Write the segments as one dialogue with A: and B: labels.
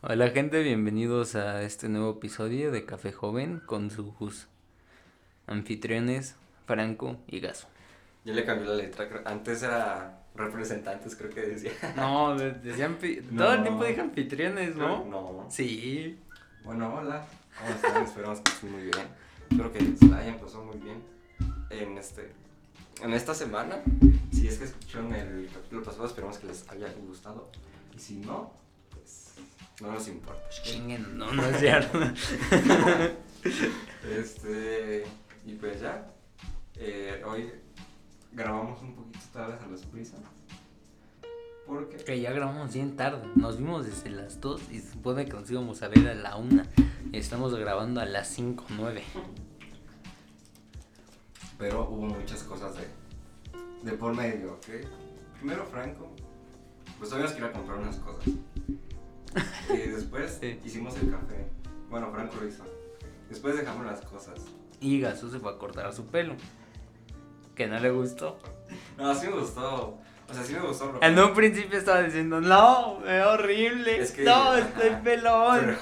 A: Hola gente, bienvenidos a este nuevo episodio de Café Joven con sus anfitriones Franco y Gaso.
B: Yo le cambié la letra, creo- antes era representantes, creo que decía.
A: No, de- decían pi- todo el
B: No.
A: tiempo dije anfitriones, ¿no?
B: No.
A: Sí.
B: Bueno, hola, ¿cómo están? Esperamos que estén muy bien. Espero que se la hayan pasado muy bien en, este, en esta semana. Si es que escucharon el capítulo pasado, esperamos que les haya gustado. Y si no, pues no nos importa.
A: Chinguen, no, no es cierto.
B: Este, y pues ya, eh, hoy grabamos un poquito tarde a las prisas. Porque
A: que ya grabamos bien tarde. Nos vimos desde las 2 y se supone que nos íbamos a ver a la 1. Y estamos grabando a las 5, 9.
B: Pero hubo muchas cosas de, de por medio, ¿ok? Primero Franco, pues todavía nos quería comprar unas cosas. Y después
A: Sí.
B: hicimos el café. Bueno, Franco lo hizo. Después dejamos las cosas.
A: Y Gaso se fue a cortar su pelo. Que no le gustó.
B: No, sí me gustó. O sea, sí me gustó. pero-
A: En un principio estaba diciendo, no, es horrible,
B: Es que-
A: no,
B: ajá.
A: estoy pelón.
B: Pero,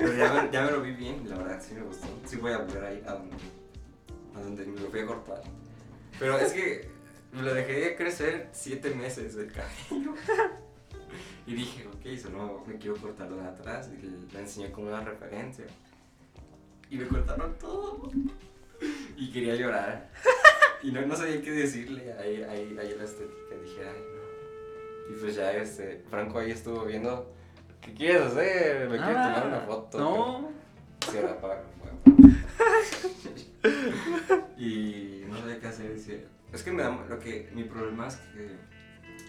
B: pero ya, me, ya me lo vi bien, la verdad, sí me gustó. Sí voy a volver ahí a donde, a donde me lo fui a cortar. Pero es que me lo dejé crecer siete meses el cabello. Y dije, ok, solo me quiero cortarlo de atrás. Y le, le enseñé como una referencia. Y me cortaron todo. Y quería llorar. Y no, no sabía qué decirle ahí, ahí, ahí a la estética. Dije, ay, no. Y pues ya, este, Franco ahí estuvo viendo. ¿Qué quieres hacer? Me quiero
A: Ah,
B: tomar una foto.
A: No,
B: pero Sí, era para. bueno. y no sabía qué hacer. decía, Es que me da. Lo que, mi problema es que.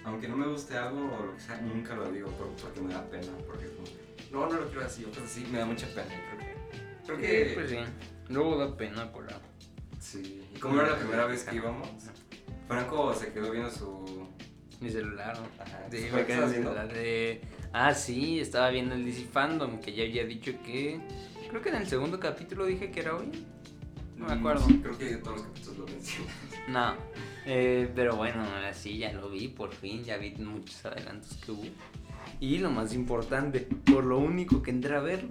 B: Aunque no me guste algo o lo que sea, nunca lo digo por- porque me da pena. Porque es como, no, no lo quiero así. O cosas así, me da mucha pena. Creo que. Creo que
A: Sí, pues sí. Luego da pena por la-
B: Sí, y como era la primera vez que íbamos, Franco se quedó viendo su.
A: mi celular. ¿no?
B: Ajá,
A: Sí,
B: ¿qué
A: me quedé en
B: estás
A: el
B: haciendo?
A: celular de... Ah, sí, estaba viendo el DC Fandom, que ya había dicho que... Creo que en el segundo capítulo dije que era hoy. No me acuerdo.
B: Mm, Creo que todos los capítulos lo mencionan.
A: No, eh, pero bueno, ahora sí, ya lo vi, por fin, ya vi muchos adelantos que hubo. Y lo más importante, por lo único que entré a ver,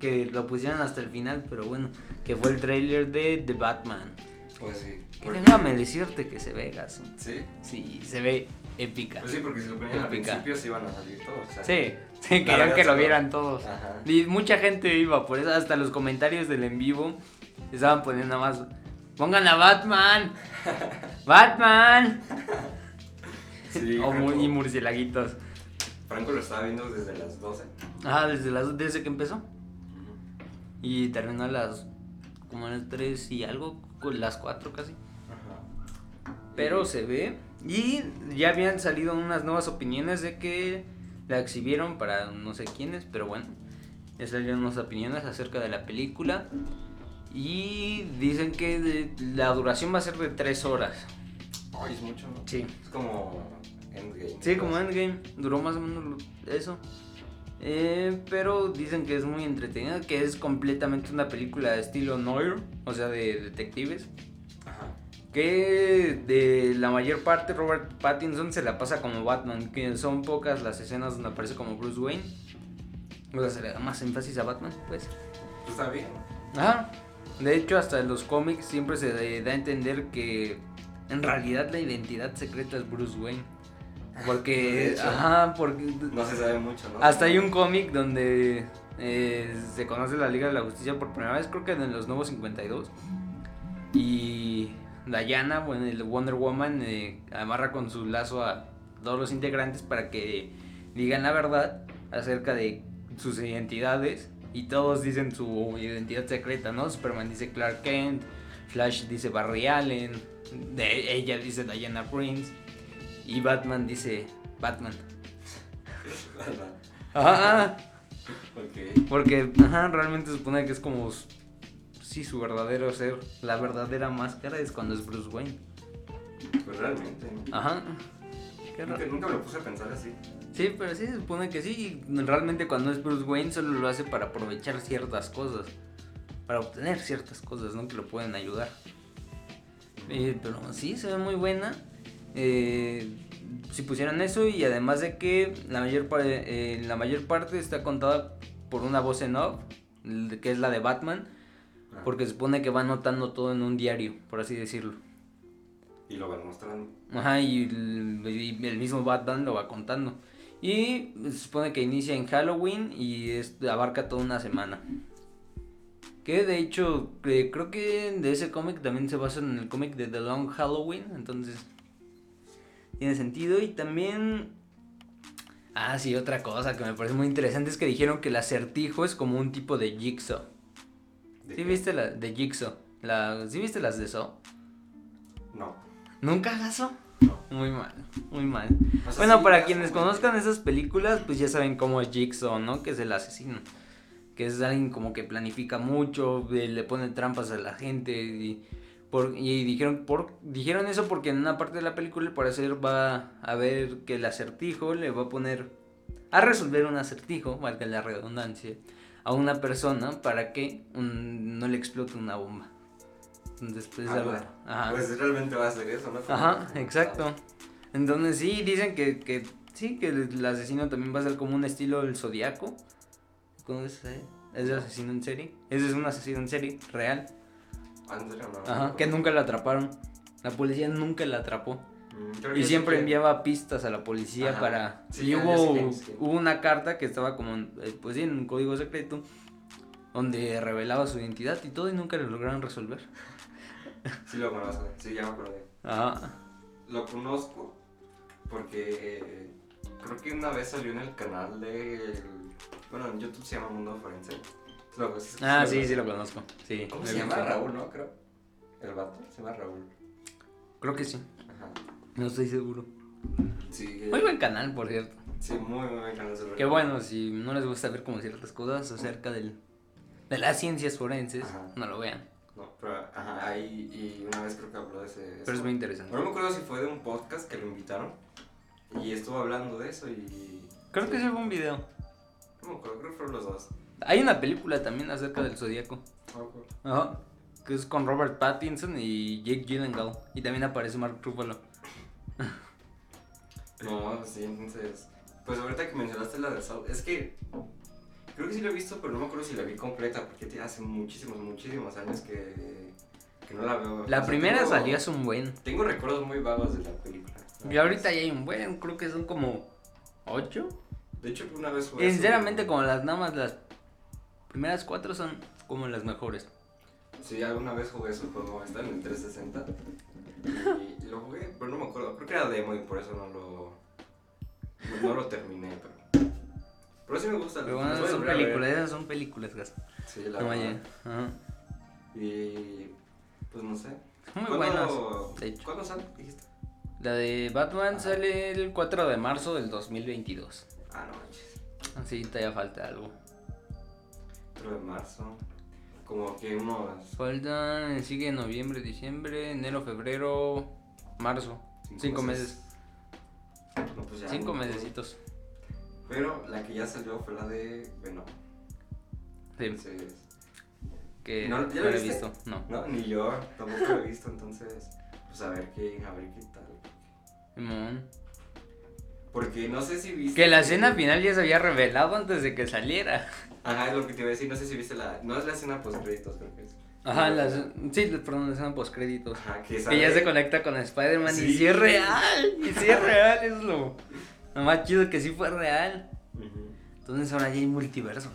A: que lo pusieron hasta el final, pero bueno, que fue el tráiler de The Batman.
B: Pues sí.
A: Que
B: porque-
A: déjame decirte que se ve, gaso.
B: Sí,
A: Sí, se ve épica.
B: pues sí, porque si lo ponían al
A: Épica.
B: principio se iban a salir todos. o sea,
A: Sí, sí,
B: La
A: querían
B: verdad
A: que
B: sí
A: lo
B: lo-
A: vieran todos.
B: Ajá.
A: Y mucha gente iba, por eso hasta los comentarios del en vivo estaban poniendo nada más, pongan a Batman, Batman.
B: Sí,
A: O mu-
B: Franco,
A: y murcielaguitos.
B: Franco lo estaba viendo desde las 12.
A: Ah, desde las desde que empezó. Y terminó a las como a las 3 y algo, con las 4 casi.
B: Ajá.
A: Pero
B: Y-
A: se ve. Y ya habían salido unas nuevas opiniones de que la exhibieron para no sé quiénes, pero bueno. Ya salieron unas opiniones acerca de la película. Y dicen que de- la duración va a ser de 3 horas.
B: Ay, es mucho, ¿no?
A: Sí.
B: Es como. Endgame.
A: Sí, como
B: Endgame.
A: Endgame, duró más o menos lo- eso. Eh, pero dicen que es muy entretenida, que es completamente una película de estilo noir, o sea, de detectives.
B: Ajá.
A: Que de la mayor parte Robert Pattinson se la pasa como Batman, que son pocas las escenas donde aparece como Bruce Wayne. O sea, se le da más énfasis a Batman, pues.
B: Pues está bien.
A: Ajá. De hecho, hasta en los cómics siempre se de- da a entender que en realidad la identidad secreta es Bruce Wayne.
B: De
A: Porque,
B: hecho.
A: ajá, porque
B: No se sabe mucho, ¿no?
A: hasta hay un cómic donde eh, se conoce la Liga de la Justicia por primera vez, creo que en los Nuevos 52. Y Diana, bueno, el Wonder Woman, eh, amarra con su lazo a todos los integrantes para que digan la verdad acerca de sus identidades. Y todos dicen su identidad secreta, ¿no? Superman dice Clark Kent, Flash dice Barry Allen, de- ella dice Diana Prince y Batman dice Batman. Ajá.
B: ok.
A: Porque, ajá, realmente se supone que es como. s- Sí, su verdadero ser. La verdadera máscara es cuando es Bruce Wayne.
B: Pues realmente. ¿no?
A: Ajá. Ah, Qué
B: Nunca,
A: raro.
B: nunca me lo puse a pensar así.
A: Sí, pero sí se supone que sí. y Realmente cuando es Bruce Wayne solo lo hace para aprovechar ciertas cosas. Para obtener ciertas cosas, ¿no? Que lo pueden ayudar. Eh, pero sí, se ve muy buena. Eh, si pusieran eso y además de que la mayor, par- eh, la mayor parte está contada por una voz en off, l- que es la de Batman,
B: Ah,
A: porque se supone que va anotando todo en un diario, por así decirlo.
B: Y lo van mostrando.
A: Ajá, y el, y el mismo Batman lo va contando. Y se supone que inicia en Halloween y es- abarca toda una semana. Que de hecho, eh, creo que de ese cómic también se basa en el cómic de The Long Halloween, entonces tiene sentido. Y también... Ah, sí, otra cosa que me parece muy interesante es que dijeron que el acertijo es como un tipo de jigsaw.
B: ¿De
A: ¿Sí
B: qué?
A: viste la de jigsaw? La, ¿Sí viste las de Saw?
B: No.
A: ¿Nunca gaso?
B: No.
A: Muy mal, muy mal.
B: O sea,
A: Bueno,
B: sí,
A: para
B: ya
A: quienes
B: son muy-
A: conozcan esas películas, pues ya saben cómo es Jigsaw, ¿no? Que es el asesino. Que es alguien como que planifica mucho, eh, le pone trampas a la gente y, por, y dijeron, por, dijeron eso porque en una parte de la película el parecer va a ver que el acertijo le va a poner a resolver un acertijo, valga la redundancia, a una persona para que mm, no le explote una bomba. Entonces, pues,
B: Ah,
A: a-
B: bueno.
A: ajá.
B: Pues realmente va a ser eso, ¿no?
A: Ajá, exacto. Entonces sí, dicen que, que sí, que el el asesino también va a ser como un estilo el zodiaco. ¿Conoces a él? Es el asesino en serie. Ese es un asesino en serie, real.
B: Ándale, no,
A: Ajá,
B: no.
A: que nunca la atraparon. La policía nunca la atrapó.
B: Mm, creo que
A: Y
B: sí
A: siempre
B: que-
A: enviaba pistas a la policía
B: Ajá.
A: para...
B: Sí,
A: y
B: ya- ya sé
A: hubo,
B: quién es, sí.
A: hubo una carta que estaba como, en- eh, pues sí, en un código secreto, donde revelaba su identidad y todo y nunca lo lograron resolver.
B: Sí lo conozco, sí, ya me acordé.
A: Ajá.
B: Lo conozco porque eh, creo que una vez salió en el canal de... Bueno, en YouTube se llama Mundo Forense. Lo- es-
A: Ah,
B: lo-
A: sí, sí lo conozco. Sí.
B: ¿Cómo
A: me
B: se llama?
A: gusta.
B: Raúl, ¿no? Creo. El vato se llama Raúl.
A: Creo que sí.
B: Ajá.
A: No estoy seguro.
B: Sí, eh,
A: Muy buen canal, por cierto.
B: sí, muy, muy buen canal. se lo
A: Que
B: recomiendo.
A: bueno, si no les gusta ver como ciertas cosas acerca del, de las ciencias forenses,
B: Ajá.
A: no lo vean.
B: No, pero, ajá, ahí, y una vez creo que habló de ese...
A: Pero es muy interesante.
B: No me acuerdo si fue de un podcast que lo invitaron y estuvo hablando de eso y...
A: Creo que
B: sí.
A: ese fue un video.
B: No me acuerdo, creo que fueron los dos.
A: Hay una película también acerca del Zodíaco.
B: No me acuerdo.
A: Ajá. Que es con Robert Pattinson y Jake Gyllenhaal. Y también aparece Mark Ruffalo.
B: No, sí, entonces. Pues ahorita que mencionaste la de Saw, es que. Creo que sí la he visto, pero no me acuerdo si la vi completa, porque tiene- hace muchísimos, muchísimos años que, que no la veo. O
A: La
B: sea,
A: primera
B: tengo-
A: salió hace un buen.
B: Tengo recuerdos muy vagos de la película.
A: Y ahorita ya hay un buen, creo que son como ocho.
B: De hecho, una vez fue.
A: Y sinceramente,
B: como
A: como las nada más las primeras cuatro son como las mejores.
B: Sí, alguna vez jugué ese juego, está en el 360. Y, y lo jugué, pero no me acuerdo. Creo que era demo y por eso no lo. No, no lo terminé, pero. Pero sí me gusta.
A: Pero bueno,
B: las voy a
A: son
B: volver a ver.
A: películas, esas son películas, gas.
B: Sí, la
A: No
B: verdad.
A: vaya. Ajá.
B: Y pues no sé.
A: Son muy
B: ¿Cuándo-
A: buenas. de hecho.
B: ¿Cuándo sale? Dijiste.
A: La de Batman
B: Ajá.
A: sale el 4 de marzo del 2022.
B: Ah, no manches.
A: Así todavía falta algo.
B: 4 de marzo. Como que unos
A: Faltan, sigue noviembre, diciembre, enero, febrero, marzo. Cinco meses.
B: No, pues ya
A: Cinco
B: no.
A: mesecitos.
B: Pero la que ya salió fue la de Venom.
A: Sí,
B: Entonces,
A: que
B: ¿No-
A: no,
B: ya la
A: lo he
B: viste?
A: visto. No.
B: no, ni yo tampoco lo he visto, entonces pues a ver qué, a ver qué tal.
A: Simón.
B: Porque no sé si viste
A: Que la escena final ya se había revelado antes de que saliera.
B: Ajá, es lo que te iba a decir, no sé si viste la no es la escena post créditos, creo que es.
A: Ajá, la, escena- sí, perdón, la escena post créditos.
B: Ajá, que,
A: Que
B: sale-
A: ya se conecta con Spider-Man y
B: Sí.
A: sí es real. Y sí es real, es lo, lo más chido que sí fue real.
B: Ujú.
A: Entonces ahora ya hay multiversos.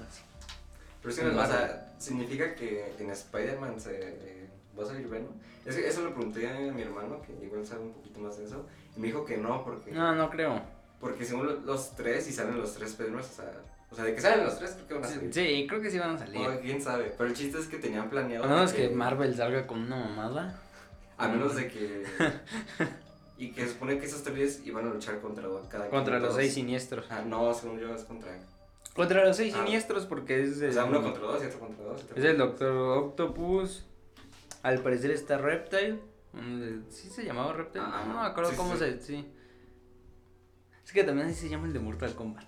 B: Pero es que nos vas a- significa que en Spider-Man se eh, va a salir Venom. Es que eso lo pregunté a mi hermano, que igual sabe un poquito más de eso, y me dijo que no, porque,
A: No, no creo.
B: porque según lo- los tres, y salen los tres Spider-Man, o sea, o sea, de que salen los tres, creo que van a salir.
A: Sí, creo que sí van a salir.
B: O quién sabe, pero el chiste es que tenían planeado.
A: A menos
B: de
A: que Marvel salga con una mamada.
B: A menos de que. y que se supone que esos tres iban a luchar contra cada
A: Contra
B: quien,
A: los
B: dos.
A: seis siniestros.
B: Ajá, no, según yo es contra.
A: Contra los seis
B: Ah.
A: siniestros porque es el,
B: O sea, uno contra dos y otro contra dos. y otro
A: es el Doctor Octopus. Al parecer está Reptile. Mm, Sí se llamaba Reptile.
B: Ah,
A: no me acuerdo
B: sí,
A: cómo
B: sí.
A: se... Sí. Es que también así se llama el de Mortal Kombat.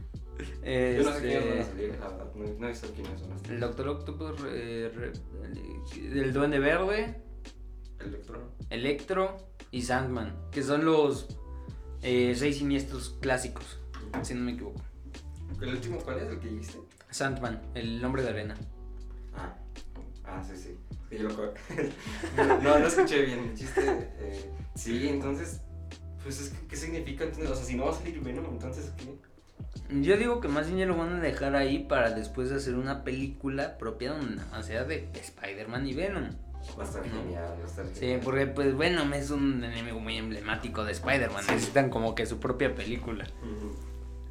B: Yo no sé
A: Este,
B: quiénes van a salir, la verdad. No, no he visto quiénes son.
A: El Doctor Octopus, eh, Reptile, el Duende eh, Verde,
B: Electro.
A: Electro y Sandman, que son los eh, seis siniestros clásicos, si no me equivoco.
B: ¿El último cuál es? ¿El que dijiste?
A: Sandman, el hombre de arena.
B: Ah, ah sí, sí. Sí, yo lo co- no, no escuché bien el chiste. eh, sí, entonces, pues es que, ¿qué significa? Entonces, o sea, si no va a salir Venom, entonces, ¿qué?
A: Yo digo que más bien ya lo van a dejar ahí para después hacer una película propia donde nada más sea de Spider-Man y Venom.
B: Va a estar
A: No.
B: genial, va a estar
A: Sí,
B: genial.
A: porque pues Venom es un enemigo muy emblemático de Spider-Man,
B: Sí.
A: necesitan como que su propia película.
B: Ujú.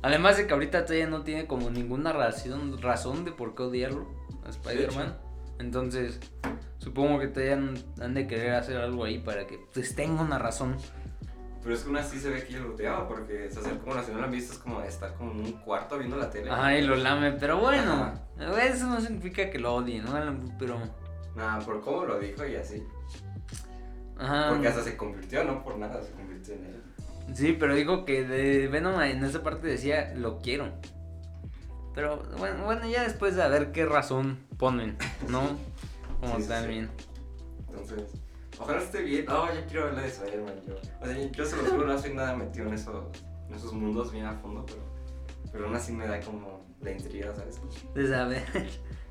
A: Además de que ahorita todavía no tiene como ninguna razón, razón de por qué odiarlo a Spider-Man. Entonces, supongo que todavía han, han de querer hacer algo ahí para que pues tenga una razón.
B: Pero es que aún así se ve que yo lo odiaba porque se acercó, bueno, si no lo han visto, es como estar como en un cuarto viendo la tele.
A: Ajá, y lo lame, pero bueno, eso no significa que lo odie, ¿no? Pero,
B: Nada, por cómo lo dijo y así.
A: ajá.
B: Porque hasta se convirtió, no por nada se convirtió en él.
A: Sí, pero digo que de Venom en esa parte decía lo quiero. Pero bueno, bueno ya después de a ver qué razón ponen, ¿no? Como
B: Sí, sí,
A: también.
B: Entonces, ojalá esté bien. Oh, yo quiero hablar de Spider-Man. Yo. O sea, yo, yo se lo juro, no soy nada metido en, eso, en esos mundos bien a fondo, pero, pero aún así me da como la intriga, ¿sabes?
A: De saber.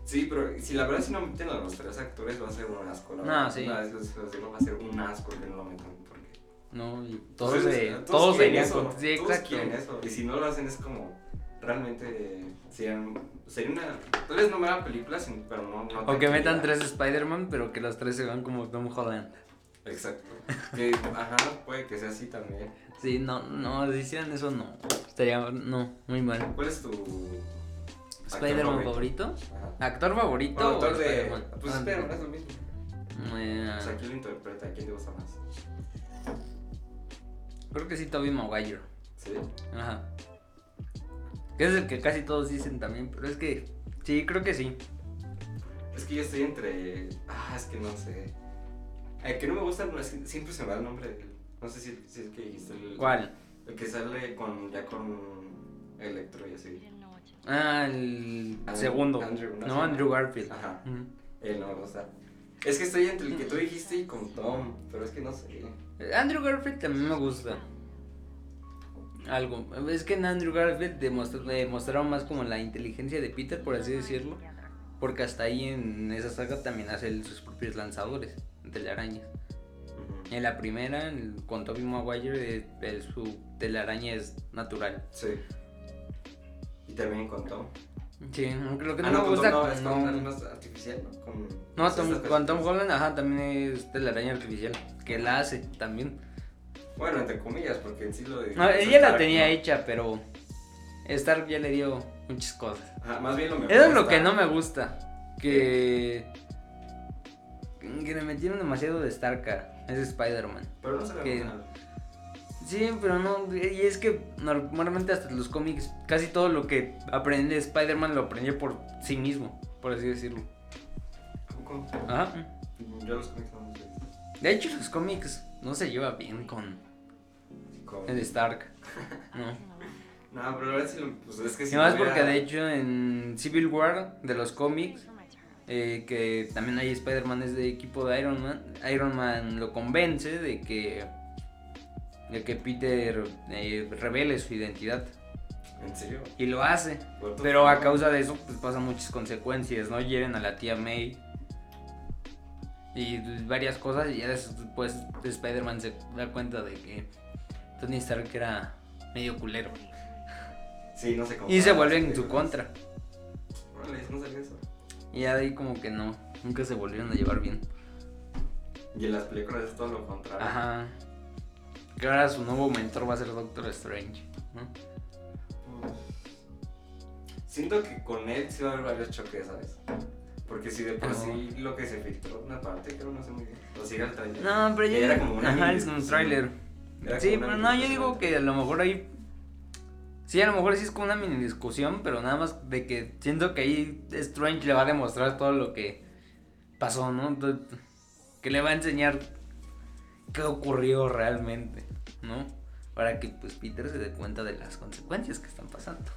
B: Sí, pero si la verdad si no meten a los tres actores va a ser un asco. La
A: No,
B: verdad.
A: sí.
B: Una vez que se los digo, va a ser un asco que no lo metan. Porque...
A: No, y todos,
B: Entonces,
A: de, todos
B: quieren
A: serían
B: eso,
A: con- Sí,
B: todos
A: exacto.
B: quieren eso. Y si no lo hacen es como realmente serían, sería una tal vez no mala película, sin- pero no, no
A: O que
B: taquilla.
A: metan tres Spider-Man, pero que los tres se van como Tom Holland.
B: Exacto. Que, ajá, puede que sea así también.
A: Sí, no, no, si hicieran eso no. Estaría, no, muy mal.
B: ¿Cuál es tu actor
A: ¿Spider-Man favorito?
B: Ajá.
A: ¿Actor favorito
B: Bueno,
A: o
B: actor de.
A: Ah, Spider-Man?
B: Pues
A: Ah,
B: Spider-Man es lo mismo.
A: eh,
B: O sea, ¿quién lo interpreta? ¿Quién te gusta más?
A: creo que sí, Tobey Maguire.
B: ¿Sí?
A: Ajá. Que es el que casi todos dicen también, pero es que sí, creo que sí.
B: Es que yo estoy entre. Ah, es que no sé. El que no me gusta no, es que siempre se me va el nombre de él. No sé si, si es que dijiste el.
A: ¿Cuál?
B: El que sale con. ya con. Electro y así.
A: Ah, el
B: Andrew-
A: segundo.
B: Andrew, ¿no?
A: no, Andrew Garfield.
B: Ajá.
A: Ujú.
B: Él no me gusta. Es que estoy entre el que tú dijiste y con Tom, pero es que no sé.
A: Eh, Andrew Garfield también me gusta. Algo. Es que en Andrew Garfield demostró- eh, mostraron más como la inteligencia de Peter, por así decirlo. Porque hasta ahí en esa saga también hace él sus propios lanzadores, telarañas.
B: Ujú.
A: En la primera, en- con Tobey Maguire, eh, él- su telaraña es natural.
B: Sí. Y también con Tom.
A: Sí, creo que no,
B: Ah,
A: me
B: con
A: gusta.
B: Tom no, es
A: no.
B: con más artificial, ¿no? Con,
A: No,
B: estas
A: Tom- con
B: personas.
A: Tom Holland, ajá, también es telaraña artificial, que la hace también.
B: Bueno, entre comillas, porque en sí lo de.
A: No, ella la
B: Stark,
A: tenía
B: ¿no?
A: hecha, pero Stark ya le dio muchas cosas.
B: Ajá, más bien lo mejor.
A: Eso es lo
B: está-
A: que no me gusta, que que le metieron demasiado de Stark cara, es Spider-Man.
B: Pero no se le
A: que-
B: nada.
A: Sí, pero no, y es que normalmente hasta los cómics, casi todo lo que aprende Spider-Man lo aprende por sí mismo, por así decirlo.
B: Tampoco.
A: Ajá.
B: Yo los cómics no los leí.
A: De hecho, los cómics no se lleva bien con
B: Con-
A: el Stark. No.
B: No, pero ahora sí lo. Pues es que sí.
A: Y más porque de hecho en Civil War de los cómics, eh, que también hay Spider-Man es de equipo de Iron Man, Iron Man lo convence de que, de que Peter eh, revele su identidad
B: ¿En serio?
A: y lo hace.
B: Puerto
A: Pero a
B: Rico.
A: causa de eso pues pasan muchas consecuencias, ¿no? Hieren a la tía May y varias cosas y ya después pues, Spider-Man se da cuenta de que Tony Stark era medio culero.
B: Sí, no sé cómo.
A: Y se vuelve en su contra.
B: Órale, no sabía eso.
A: Y ya de ahí como que no, nunca se volvieron a llevar bien.
B: Y en las películas es todo lo contrario.
A: Ajá. Que ahora su nuevo mentor va a ser Doctor Strange. ¿no?
B: Pues, Siento que con él sí va a haber varios choques, ¿sabes? Porque si de por sí lo que se filtró una parte, creo, no sé muy bien. O si era el trailer.
A: No, pero ya...
B: Era como una
A: Ajá,
B: mini
A: es un
B: discusión.
A: tráiler.
B: Era
A: Sí,
B: como una
A: pero
B: mini
A: no, yo
B: discusión
A: digo
B: entre-
A: que a lo mejor ahí... Sí, a lo mejor sí es como una mini discusión, pero nada más de que siento que ahí Strange le va a demostrar todo lo que pasó, ¿no? Do- Que le va a enseñar qué ocurrió realmente, ¿no? Para que pues Peter se dé cuenta de las consecuencias que están pasando.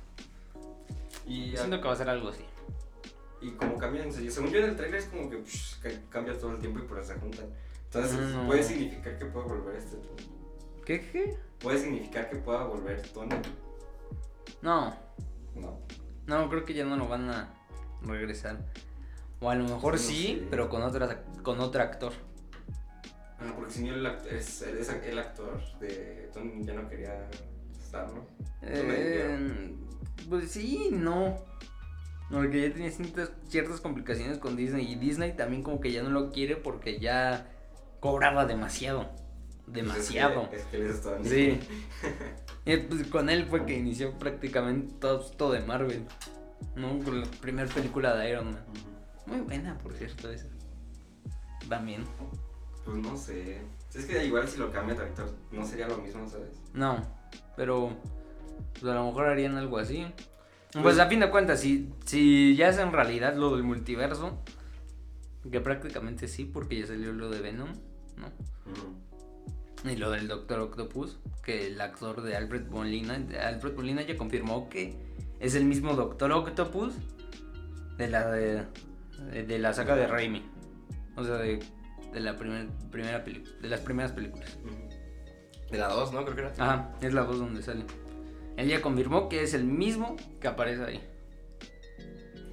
B: Y,
A: Yo siento que va a ser algo así.
B: y como cambian, se- según yo en el trailer es como que psh, ca- cambia todo el tiempo y por eso se juntan. Entonces,
A: Ah, No.
B: puede significar que pueda volver este Tony.
A: ¿Qué, qué?
B: Puede significar que pueda volver Tony.
A: No,
B: No.
A: no, creo que ya no lo van a regresar. O a lo mejor
B: No
A: sí,
B: sé.
A: pero con, otra, con otro actor.
B: Bueno, porque si no, el, act- es, es el actor de Tony ya no quería estar, ¿no? Eso me
A: Eh, pues sí, no. Porque ya tenía ciertas, ciertas complicaciones con Disney. Y Disney también como que ya no lo quiere porque ya cobraba demasiado. Demasiado.
B: Es que, Pues es que les estaban
A: Sí. Eh, pues, con él fue que inició prácticamente todo, todo de Marvel. ¿No? Con la primera película de Iron Man.
B: Ujú.
A: Muy buena, por cierto, esa. También.
B: Pues no sé. Si Es que igual si lo cambia de actor, no sería lo mismo, ¿sabes?
A: No, pero pues, a lo mejor harían algo así. Pues,
B: Pues-
A: a fin de cuentas, si, si ya es en realidad lo del multiverso, que prácticamente sí, porque ya salió lo de Venom, ¿no? Y lo del Doctor Octopus, que el actor de Alfred Molina, de Alfred Molina ya confirmó que es el mismo Doctor Octopus de la de, de la saga de Raimi. O sea, de, de la primer- primera peli- de las primeras películas.
B: De la 2, ¿no? Creo que era.
A: Ajá, es la voz donde sale. Él ya confirmó que es el mismo que aparece ahí.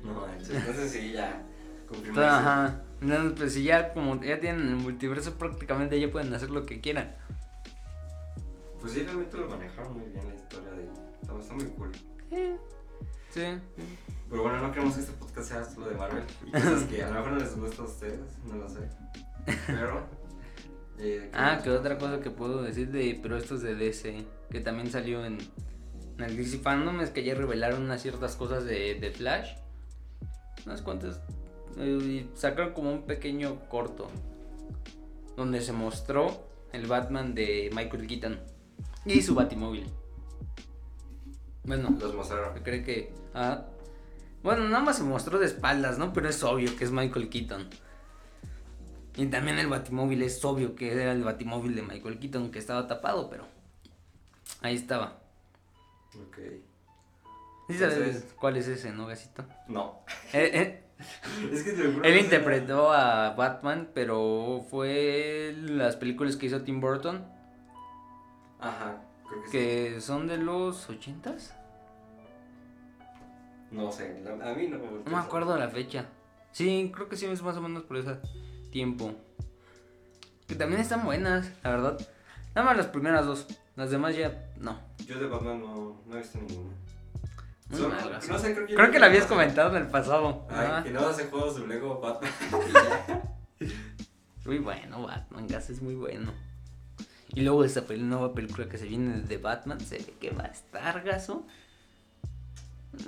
B: No manches, entonces sí, ya. Confirmé.
A: Entonces, ajá. No, pues si ya como ya tienen el multiverso prácticamente ya pueden hacer lo que quieran.
B: Pues sí, realmente lo manejaron muy bien la historia de. Está, está muy cool.
A: Eh, Sí.
B: Pero bueno, no queremos que este podcast sea solo de Marvel. Y cosas que a lo mejor no les gusta a ustedes, no lo sé. Pero. eh,
A: Ah,
B: más?
A: que otra cosa que puedo decir de pero esto es de DC, que también salió en, en el DC Fandom es que ya revelaron unas ciertas cosas de, de Flash. Unas cuantas eh, y sacaron como un pequeño corto donde se mostró el Batman de Michael Keaton y su Batimóvil. Bueno,
B: Los mostraron.
A: creo que ah, bueno, nada más se mostró de espaldas, ¿no? Pero es obvio que es Michael Keaton. Y también el Batimóvil es obvio que era el Batimóvil de Michael Keaton que estaba tapado, pero ahí estaba.
B: Ok.
A: ¿Sí sabes
B: Entonces-
A: cuál es ese, no, Gasito?
B: No.
A: Eh, eh,
B: Es que te lo juro.
A: Él
B: no sé.
A: interpretó a Batman, pero fue las películas que hizo Tim Burton,
B: Ajá, creo que sí.
A: que son de los 80s.
B: No sé, la- a mí no me
A: No me acuerdo la fecha. Sí, creo que sí es más o menos por ese tiempo. Que también están buenas, la verdad. Nada más las primeras dos. Las demás ya no.
B: Yo de Batman no, no he visto ninguna.
A: Muy
B: Solo-
A: malas.
B: no sé, creo que,
A: Creo que la habías comentado en el pasado.
B: Ay,
A: Ah,
B: que no hace juegos de Lego Batman.
A: Muy bueno, Batman Gas es muy bueno. Y luego esta pel- nueva película que se viene de Batman, se ve que va a estar gaso.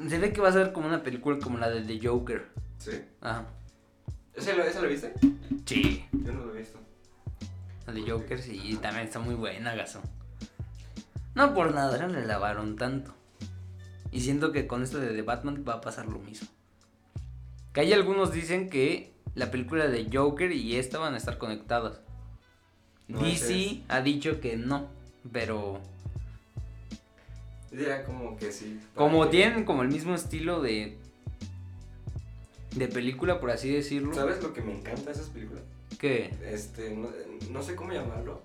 A: Se ve que va a ser como una película como la de The Joker.
B: sí.
A: Ajá.
B: ¿Ese lo, ¿Ese lo viste?
A: Sí.
B: Yo no lo he visto.
A: La de Joker sí, también está muy buena, gaso. No por nada, no le lavaron tanto. Y siento que con esto de The Batman va a pasar lo mismo. Que hay algunos dicen que la película de Joker y esta van a estar conectadas.
B: No,
A: DC
B: ese
A: ha dicho que no, pero
B: Yo diría como que sí. para
A: como
B: que-
A: tienen como el mismo estilo de de película por así decirlo,
B: ¿Sabes lo que me encanta de esas películas?
A: que
B: Este, no, no sé cómo llamarlo,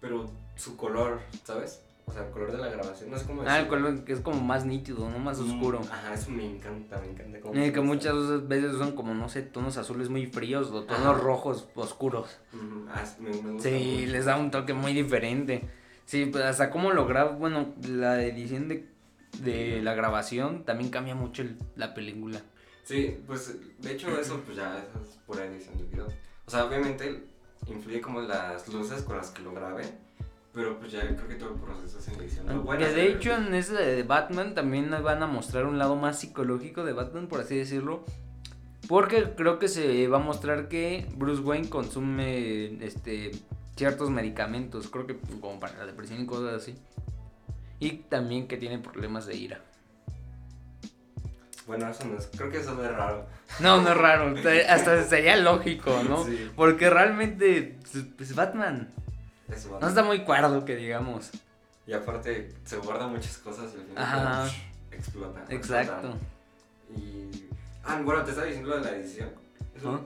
B: pero su color, ¿sabes? O sea, el color de la grabación, no sé cómo
A: ah, el
B: decirlo.
A: color que es como más nítido, no más
B: Mm.
A: oscuro.
B: Ajá, eso me encanta, me encanta. cómo
A: Eh, que
B: está.
A: muchas veces son como, no sé, tonos azules muy fríos o tonos
B: Ajá.
A: rojos oscuros.
B: Ujú, ah, me, me gusta
A: Sí,
B: mucho.
A: les da un toque muy diferente. Sí, pues hasta cómo lo graba, bueno, la edición de, de la grabación también cambia mucho el- la película.
B: Sí, pues de hecho eso pues ya eso es pura edición de video. O sea, obviamente influye como las luces con las que lo graben, pero pues ya creo que todo el proceso es en edición. Lo bueno
A: que
B: es
A: de hecho en ese de Batman también nos van a mostrar un lado más psicológico de Batman, por así decirlo. Porque creo que se va a mostrar que Bruce Wayne consume este ciertos medicamentos, creo que pues, como para la depresión y cosas así. Y también que tiene problemas de ira.
B: Bueno, eso no es, creo que eso no es raro.
A: No, no es raro, te- hasta sería lógico, ¿no?
B: Sí,
A: Porque realmente pues, Batman
B: eso va.
A: no está muy cuerdo que digamos.
B: Y aparte se guarda muchas cosas y al final
A: Ajá.
B: pues, explota.
A: Exacto.
B: explota. Y ah, bueno, te estaba diciendo lo de la edición. Eso,
A: Ajá.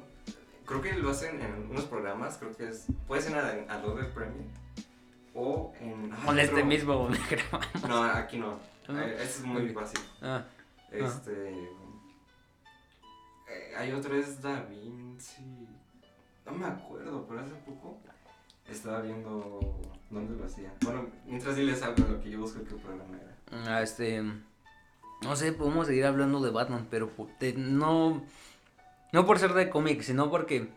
B: creo que lo hacen en unos programas, creo que es, puede ser en Adobe Premiere o en... ah,
A: Con este
B: otro-
A: mismo donde grabamos.
B: No, aquí no,
A: ¿No?
B: Eh, este es muy
A: Ah. Ok.
B: fácil.
A: Ah,
B: Este. eh, hay otro es Da Vinci. No me acuerdo, pero hace poco estaba viendo dónde lo hacía. Bueno, mientras diles algo de lo que yo busco que programa era.
A: ah, este. No sé, podemos seguir hablando de Batman, pero po- te- no. No por ser de cómic, sino porque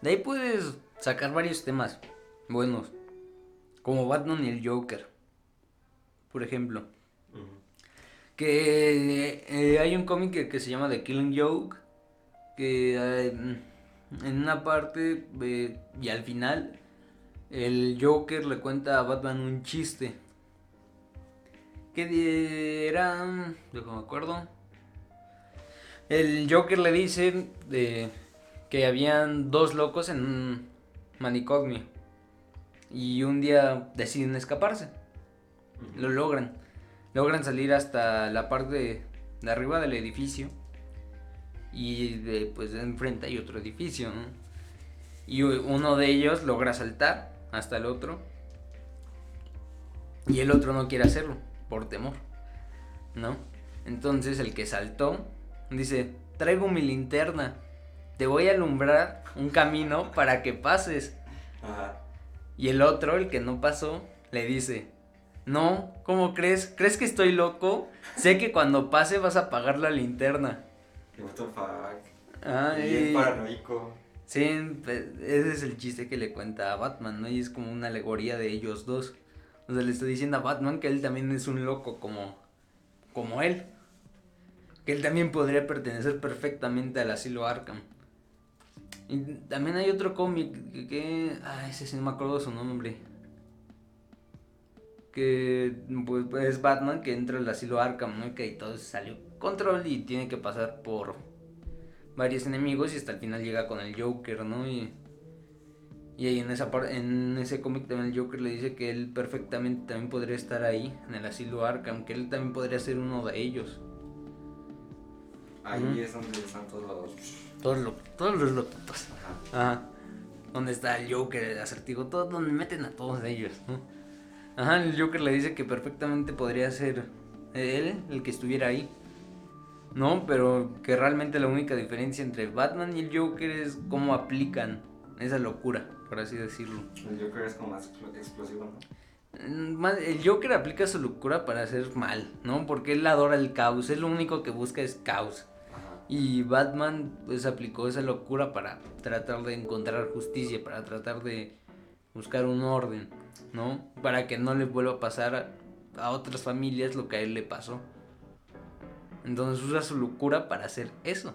A: de ahí puedes sacar varios temas buenos. Como Batman y el Joker. Por ejemplo. Que eh, hay un cómic que, que se llama The Killing Joke. Que eh, en una parte eh, y al final el Joker le cuenta a Batman un chiste. Que de- era... Yo me acuerdo. El Joker le dice eh, que habían dos locos en un manicomio. Y un día deciden escaparse. Lo logran. Logran salir hasta la parte de, de arriba del edificio. Y de, pues de enfrente hay otro edificio, ¿no? Y u- uno de ellos logra saltar hasta el otro. Y el otro no quiere hacerlo, por temor. ¿No? Entonces el que saltó dice, traigo mi linterna. Te voy a alumbrar un camino para que pases.
B: Ajá.
A: Y el otro, el que no pasó, le dice, no, ¿cómo crees? ¿Crees que estoy loco? Sé que cuando pase vas a apagar la linterna.
B: Y what the fuck.
A: Ay,
B: Bien paranoico.
A: sí, pues, ese es el chiste que le cuenta a Batman, ¿no? Y es como una alegoría de ellos dos. O sea, le está diciendo a Batman que él también es un loco como, como él. Que él también podría pertenecer perfectamente al asilo Arkham. Y también hay otro cómic que... que ah, ese sí no me acuerdo su nombre. que pues, pues, es Batman que entra al asilo Arkham, ¿no? Que y todo salió control y tiene que pasar por varios enemigos y hasta el final llega con el Joker, ¿no? Y, y ahí en esa par- en ese cómic también el Joker le dice que él perfectamente también podría estar ahí en el asilo Arkham, que él también podría ser uno de ellos.
B: Ahí
A: Ujú.
B: es donde están todos los.
A: Todos los todos los loquitos.
B: Ajá.
A: Ajá. Donde está el Joker, el acertijo, todo, donde meten a todos ellos, ¿no? Ajá, el Joker le dice que perfectamente podría ser él el que estuviera ahí. No, pero que realmente la única diferencia entre Batman y el Joker es cómo aplican esa locura, por así decirlo.
B: El Joker es como más explo- explosivo, ¿no?
A: Mm, más- El Joker aplica su locura para hacer mal, ¿no? Porque él adora el caos, él lo único que busca es caos.
B: Ajá.
A: Y Batman pues aplicó esa locura para tratar de encontrar justicia, para tratar de buscar un orden, ¿no? Para que no le vuelva a pasar a, a otras familias lo que a él le pasó. Entonces usa su locura para hacer eso.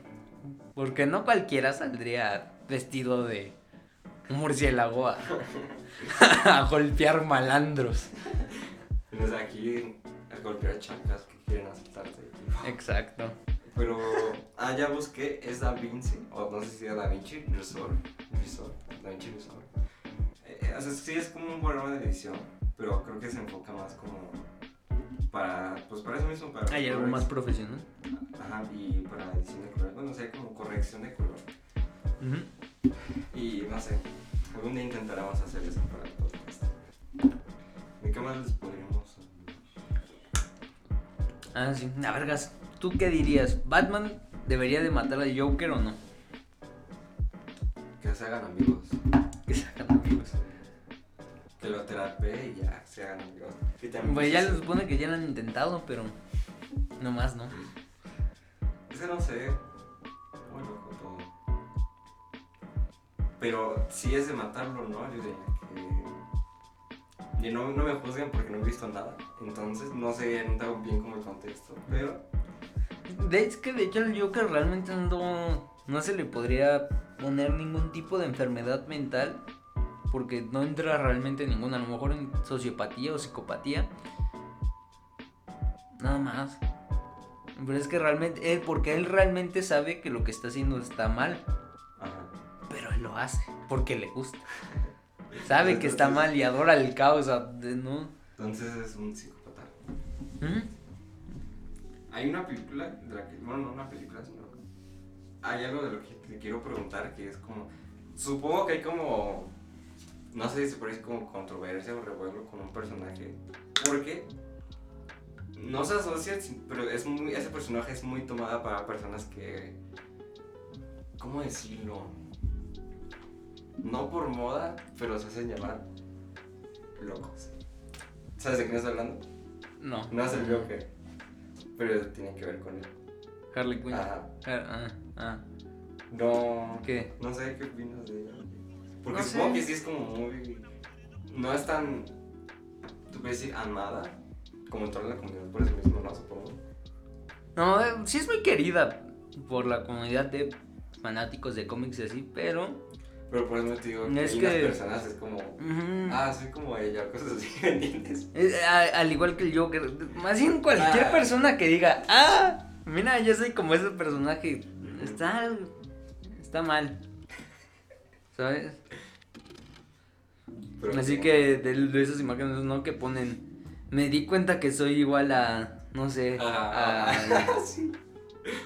A: Porque no cualquiera saldría vestido de un murciélago a, a golpear malandros.
B: Pero, o sea, aquí al golpear chacas que quieren aceptarte.
A: Exacto.
B: Pero, ah, ya busqué, es Da Vinci, o no sé si era Da Vinci Resolve, Resolve, Da Vinci Resolve. Eh, o sea, sí es como un programa de edición, pero creo que se enfoca más como para, pues para eso mismo, para...
A: Hay algo
B: correc-
A: más profesional.
B: Ajá, y para edición de color, bueno, o sea, como corrección de color.
A: Ujú.
B: Y no sé, algún día intentaremos hacer eso para el podcast. ¿De qué más les podríamos...?
A: Ah, sí. A vergas, ¿tú qué dirías? ¿Batman debería de matar al Joker o no?
B: Que se hagan amigos. pues,
A: Que sacan amigos.
B: Que lo terapee y ya, se hagan amigos. Y también,
A: Pues ya
B: pues,
A: se supone que ya lo han intentado, pero no más, ¿no?
B: Es que no sé. Muy loco todo. Pero si es de matarlo, ¿no? Yo diría que. Y no, no me juzguen porque no he visto nada. Entonces no sé, no tengo bien como el contexto. Pero.
A: De, es que de hecho al Joker realmente no, no se le podría poner ningún tipo de enfermedad mental porque no entra realmente ninguna, a lo mejor en sociopatía o psicopatía. Nada más. Pero es que realmente, él, porque él realmente sabe que lo que está haciendo está mal.
B: Ajá.
A: Pero él lo hace porque le gusta. Sabe que está mal y adora el caos, a- de- ¿no?
B: Entonces es un psicópata.
A: ¿Mm?
B: Hay una película de la que. Bueno, no una película, sino. Hay algo de lo que te quiero preguntar que es como. Supongo que hay como. No sé si por ahí es como controversia o revuelo con un personaje. Porque no se asocia, pero es muy, ese personaje es muy tomada para personas que. ¿Cómo decirlo? No por moda, pero se hacen llamar locos. ¿Sabes de quién estoy hablando?
A: No.
B: No es el Joker, pero tiene que ver con él.
A: Harley Quinn.
B: Ajá.
A: Har- ah, ah.
B: No.
A: ¿Qué?
B: No sé qué opinas de ella. Porque
A: No
B: supongo
A: sé.
B: que sí es como muy. No es tan. Tú puedes decir amada como en toda la comunidad, por eso mismo, no supongo.
A: No, eh, sí es muy querida por la comunidad de fanáticos de cómics y así, pero.
B: Pero por eso te digo que
A: Es
B: hay unas
A: que- Mm.
B: personas es como.
A: ujú,
B: Ah, soy como ella, cosas así, ¿me entiendes?
A: eh, a- al igual que el Joker, más bien cualquier
B: Ah.
A: persona que diga, ah, mira, yo soy como ese personaje, está, está mal, ¿sabes?
B: Pero
A: Así
B: como-
A: que de, de esas imágenes, ¿no? Que ponen, me di cuenta que soy igual a, no sé,
B: Ah,
A: a-
B: sí.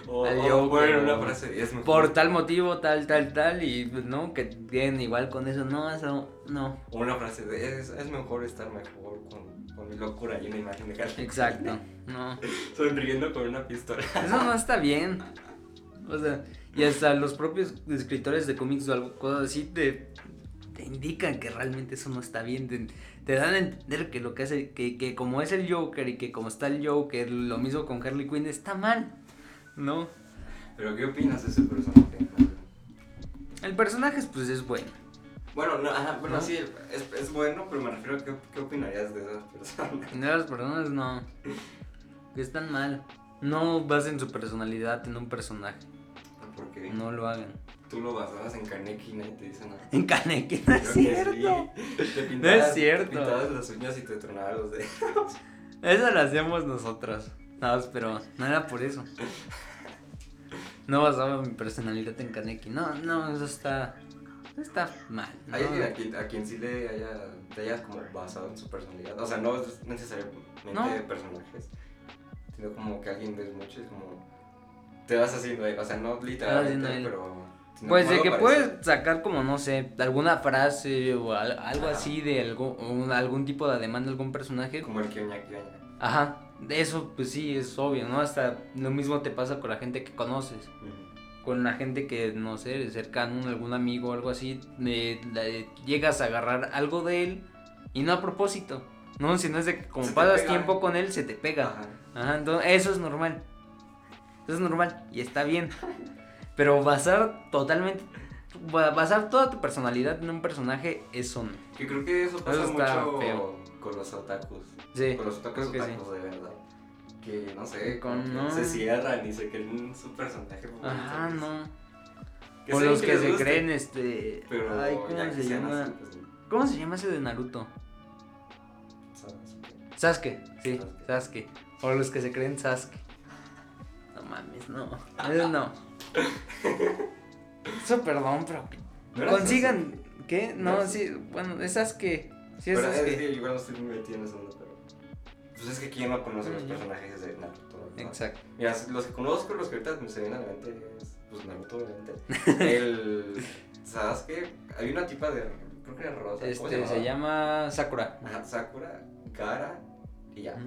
B: O,
A: al
B: o
A: Joker,
B: ponen
A: o-
B: una frase, es mejor.
A: por tal motivo, tal, tal, tal, y pues, no, que tienen igual con eso, no, eso, no,
B: O una frase de, es, es mejor estar mejor con, con mi locura y una imagen de Harley.
A: exacto, no.
B: Sonriendo con una pistola.
A: Eso no está bien. O sea, y hasta los propios escritores de cómics o algo, cosas así te, te indican que realmente eso no está bien. Te, te dan a entender que lo que hace, que, que como es el Joker y que como está el Joker, lo mismo con Harley Quinn está mal. No.
B: Pero ¿qué opinas de ese personaje?
A: El personaje pues es bueno.
B: Bueno, no, ajá, bueno,
A: ¿No?
B: sí, es, es bueno, pero me refiero a qué, qué opinarías de esas personas.
A: De las personas no. Que están mal. No basen su personalidad en un personaje.
B: Porque
A: No lo hagan.
B: tú lo basabas en Kaneki y nadie te dice nada.
A: En Kaneki, no es
B: Creo que
A: cierto.
B: sí. Te pintabas,
A: cierto.
B: Te pintabas las uñas y te tronabas los dedos.
A: Eso lo hacíamos nosotros. No, pero no era por eso. No basaba mi personalidad en Kaneki. No, no, eso está. eso Está mal. ¿no?
B: Hay alguien a quien, a quien sí le haya, te hayas como basado en su personalidad. O sea, no es necesariamente
A: No.
B: de personajes. Sino como que alguien ves mucho y es como. Te vas haciendo él. O sea, no
A: haciendo
B: literalmente,
A: él.
B: pero. sino
A: Pues
B: como
A: de que
B: algo parecido.
A: puedes sacar como, no sé, alguna frase o al- algo
B: Ajá.
A: así de algo, un- algún tipo de ademán de algún personaje.
B: Como el que oña, que oña.
A: Ajá, de eso pues sí, es obvio, ¿no? Hasta lo mismo te pasa con la gente que conoces. con la gente que, no sé, cercano, algún amigo o algo así, eh, la- eh, llegas a agarrar algo de él y no a propósito, ¿no? Sino es de que como
B: Se te
A: pasas
B: pega.
A: tiempo con él, se te pega. Ajá.
B: Ajá.
A: entonces eso es normal. Eso es normal y está bien. Pero basar totalmente, ba- basar toda tu personalidad en un personaje, eso no.
B: Que creo que eso pasa
A: Eso está
B: mucho
A: feo.
B: con los otakus.
A: Sí,
B: Con los otakus,
A: creo que sí.
B: otakus de verdad. Que no sé,
A: Con-
B: como que
A: no.
B: se cierran y se creen su personaje. favorito,
A: Ajá,
B: pues.
A: no.
B: Que
A: O
B: está bien
A: los que
B: les
A: se
B: guste,
A: creen, este...
B: Pero
A: ay, ¿cómo
B: ya que
A: se
B: sean
A: llama?
B: así, pues, no.
A: ¿Cómo se llama ese de Naruto?
B: ¿sabes?
A: Sasuke, sí,
B: Sasuke.
A: Sasuke. O los que se creen Sasuke. No mames, no. Eso no. Eso perdón, pero.
B: ¿No era
A: Consigan. ¿Qué?
B: No
A: No,
B: era
A: sí, bueno, es Sasuke. Sí, es
B: Pero es
A: Sasuke.
B: que igual no estoy muy metido en eso, pero. Pues es que quién no conoce los
A: Mm.
B: personajes de Naruto. ¿verdad?
A: Exacto.
B: Mira, los que conozco, los que ahorita se vienen a la mente, es, pues Naruto, obviamente. El. ¿Sabes qué? Hay una tipa de. Creo que era Rosa. ¿cómo
A: Este se
B: llamaba?
A: llama Sakura.
B: Ajá, Sakura, Gara y ya.
A: Ujú.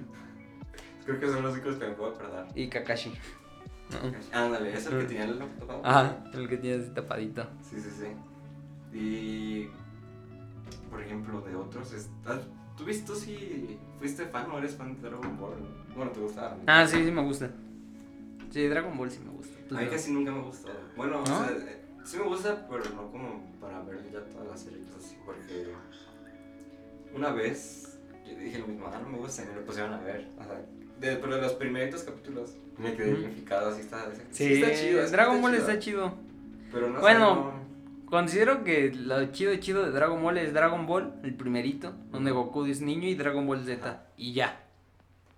B: Creo que son los únicos que me puedo acordar.
A: Y Kakashi. No.
B: Ándale, es el que
A: Mm.
B: tenía el laptop.
A: Ajá, Ah, el que tiene así tapadito.
B: Sí, sí, sí. Y. Por ejemplo, de otros. es- ah, ¿Tú viste tú si fuiste fan o eres fan de Dragon Ball? Bueno, te gustaba. ¿no?
A: Ah, sí, sí me gusta. Sí, Dragon Ball sí me gusta.
B: A mí casi nunca me gustó. Bueno,
A: ¿No?
B: o sea, eh, sí me gusta, pero no como para ver ya todas las series así, porque una vez yo dije lo mismo, ah, no me gusta, y me lo pusieron a ver. O sea, de- pero de los primeritos capítulos me quedé
A: Ujú.
B: unificado, así está. Sí,
A: Sí,
B: está chido. sí
A: Dragon Ball está chido.
B: Pero no
A: Bueno.
B: sé, no-
A: Considero que lo chido chido de Dragon Ball es Dragon Ball, el primerito, donde Goku es niño y Dragon Ball Z. Y ya.